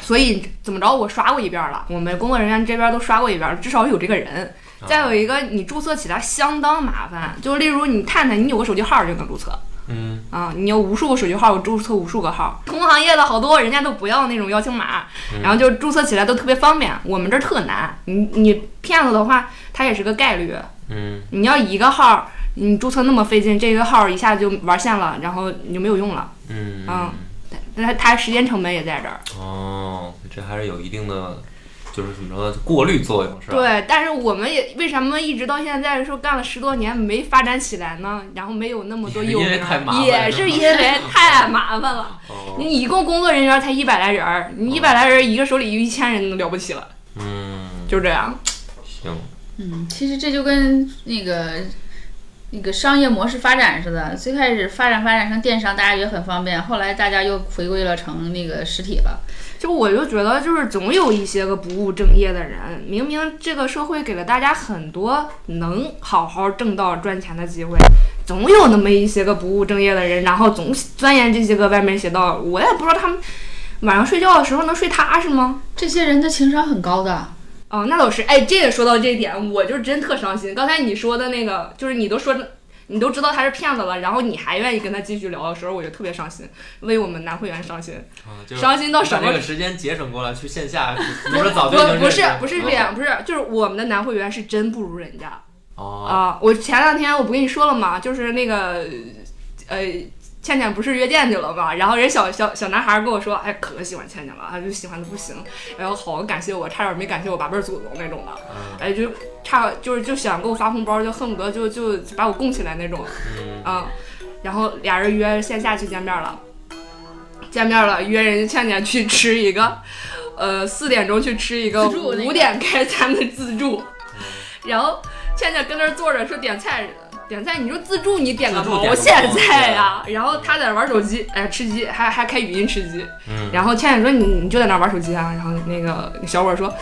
Speaker 1: 所以怎么着，我刷过一遍了，我们工作人员这边都刷过一遍，至少有这个人。
Speaker 2: 啊
Speaker 1: 再有一个，你注册起来相当麻烦，就例如你探探，你有个手机号就能注册
Speaker 2: 嗯
Speaker 1: 啊，你有无数个手机号，我注册无数个号。同行业的好多人家都不要那种邀请码，
Speaker 2: 嗯
Speaker 1: 然后就注册起来都特别方便。我们这儿特难，你你骗子的话，它也是个概率，
Speaker 2: 嗯
Speaker 1: 你要一个号。你注册那么费劲，这个号一下就玩线了，然后你就没有用了。
Speaker 2: 嗯
Speaker 1: 啊那它它时间成本也在这儿。
Speaker 2: 哦，这还是有一定的，就是怎么说呢，过滤作用是吧？
Speaker 1: 对，但是我们也为什么一直到现在说干了十多年没发展起来呢？然后没有那么多
Speaker 2: 因
Speaker 1: 有
Speaker 2: 为
Speaker 1: 名儿，
Speaker 2: 太麻烦
Speaker 1: 也
Speaker 2: 是
Speaker 1: 是
Speaker 2: 吧
Speaker 1: 因为太麻烦了。
Speaker 2: 哦，
Speaker 1: 你一共工作人员才一百来人儿，你一百来人儿一个手里有一千人了不起了，
Speaker 2: 嗯，
Speaker 1: 就这样。
Speaker 2: 行，
Speaker 3: 嗯，其实这就跟那个那个商业模式发展似的，最开始发展发展成电商，大家觉得很方便，后来大家又回归了成那个实体了。
Speaker 1: 就我就觉得，就是总有一些个不务正业的人，明明这个社会给了大家很多能好好挣到赚钱的机会，总有那么一些个不务正业的人，然后总钻研这些个歪门邪道。我也不知道他们晚上睡觉的时候能睡踏实吗？
Speaker 3: 这些人的情商很高的，
Speaker 1: 哦，那倒是，哎，这也说到这一点，我就真特伤心。刚才你说的那个，就是你都说，你都知道他是骗子了，然后你还愿意跟他继续聊的时候，我就特别伤心，为我们男会员伤心，
Speaker 2: 啊，就是
Speaker 1: 伤心到什
Speaker 2: 把这
Speaker 1: 么
Speaker 2: 个？时间节省过来去线下，你说啊早就已经
Speaker 1: 不不
Speaker 2: 认识
Speaker 1: 是
Speaker 2: 了
Speaker 1: 不是这样，不是，就是我们的男会员是真不如人家啊、
Speaker 2: 哦，
Speaker 1: 我前两天我不跟你说了吗？就是那个，呃。倩倩不是约见去了吗？然后人小小小男孩跟我说，哎，可喜欢倩倩了，啊，就喜欢的不行，然后好感谢我，差点没感谢我八辈儿祖宗那种的。
Speaker 2: 嗯
Speaker 1: 哎，就差就是就想给我发红包，就恨不得就就把我供起来那种
Speaker 2: 嗯
Speaker 1: 啊、然后俩人约线下去见面了，见面了约人家倩倩去吃一个，呃四点钟去吃一个
Speaker 3: 自助那个嗯
Speaker 1: 五点开餐的自助， 然后倩倩跟那儿坐着说点菜。点菜，你说自助你点个
Speaker 2: 自助
Speaker 1: 毛
Speaker 2: 点个
Speaker 1: 线
Speaker 2: 毛
Speaker 1: 菜
Speaker 2: 对
Speaker 1: 呀、然后他在那玩手机，哎，吃鸡，还还开语音吃鸡。
Speaker 2: 嗯，
Speaker 1: 然后倩倩说你你就在那玩手机啊，然后那个小伙说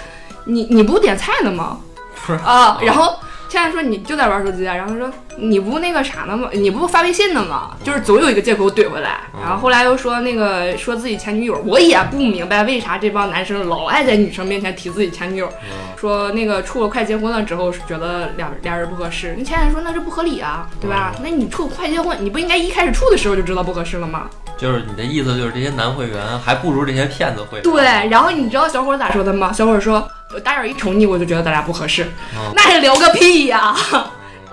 Speaker 1: 你你不点菜呢吗？
Speaker 2: 不是
Speaker 1: 啊，然后倩倩说你就在玩手机啊，然后说你不那个啥呢吗？你不发微信呢吗？就是总有一个借口怼回来。
Speaker 2: 嗯
Speaker 1: 然后后来又说那个说自己前女友，我也不明白为啥这帮男生老爱在女生面前提自己前女友，
Speaker 2: 嗯
Speaker 1: 说那个处了快结婚了之后是觉得俩俩人不合适。那倩倩说那是不合理啊，对吧？
Speaker 2: 嗯
Speaker 1: 那你处快结婚，你不应该一开始处的时候就知道不合适了吗？
Speaker 2: 就是你的意思就是这些男会员还不如这些骗子会员
Speaker 1: 对，然后你知道小伙儿咋说的吗？小伙儿说，我打小一瞅你，我就觉得咱俩不合适，
Speaker 2: 嗯
Speaker 1: 那也聊个屁呀、
Speaker 2: 哦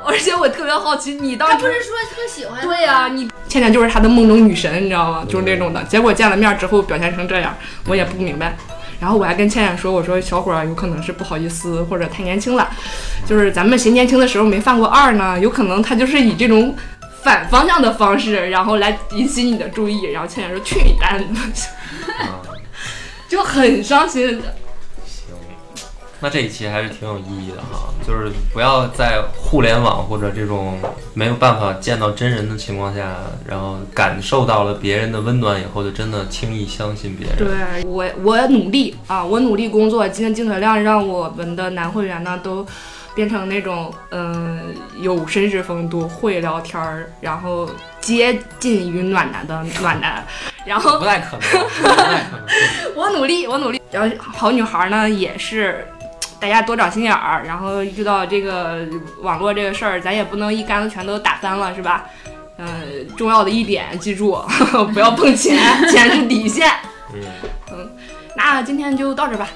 Speaker 1: 而且我特别好奇，你当时
Speaker 3: 是说特喜欢
Speaker 1: 对呀、你倩倩就是他的梦中女神，你知道吗？就是那种的。结果见了面之后表现成这样，我也不明白。然后我还跟倩倩说，我说小伙儿有可能是不好意思，或者太年轻了，就是咱们谁年轻的时候没犯过二呢？有可能他就是以这种。反方向的方式，然后来引起你的注意，然后倩倩说：“去你蛋的！”
Speaker 2: 嗯
Speaker 1: 就很伤心。
Speaker 2: 行，那这一期还是挺有意义的哈，就是不要在互联网或者这种没有办法见到真人的情况下，然后感受到了别人的温暖以后，就真的轻易相信别人。
Speaker 1: 对我，我努力啊，我努力工作，今天进水量让我们的男会员呢都变成那种嗯、有绅士风度、会聊天儿，然后接近于暖男的暖男。然后
Speaker 2: 不太可能，不太可能。
Speaker 1: 我努力， 我努力。然后好女孩呢也是。大家多长心眼儿，然后遇到这个网络这个事儿，咱也不能一竿子全都打翻了，是吧？嗯、重要的一点，记住 不要碰钱，钱是底线。
Speaker 2: 嗯。
Speaker 1: 那今天就到这吧，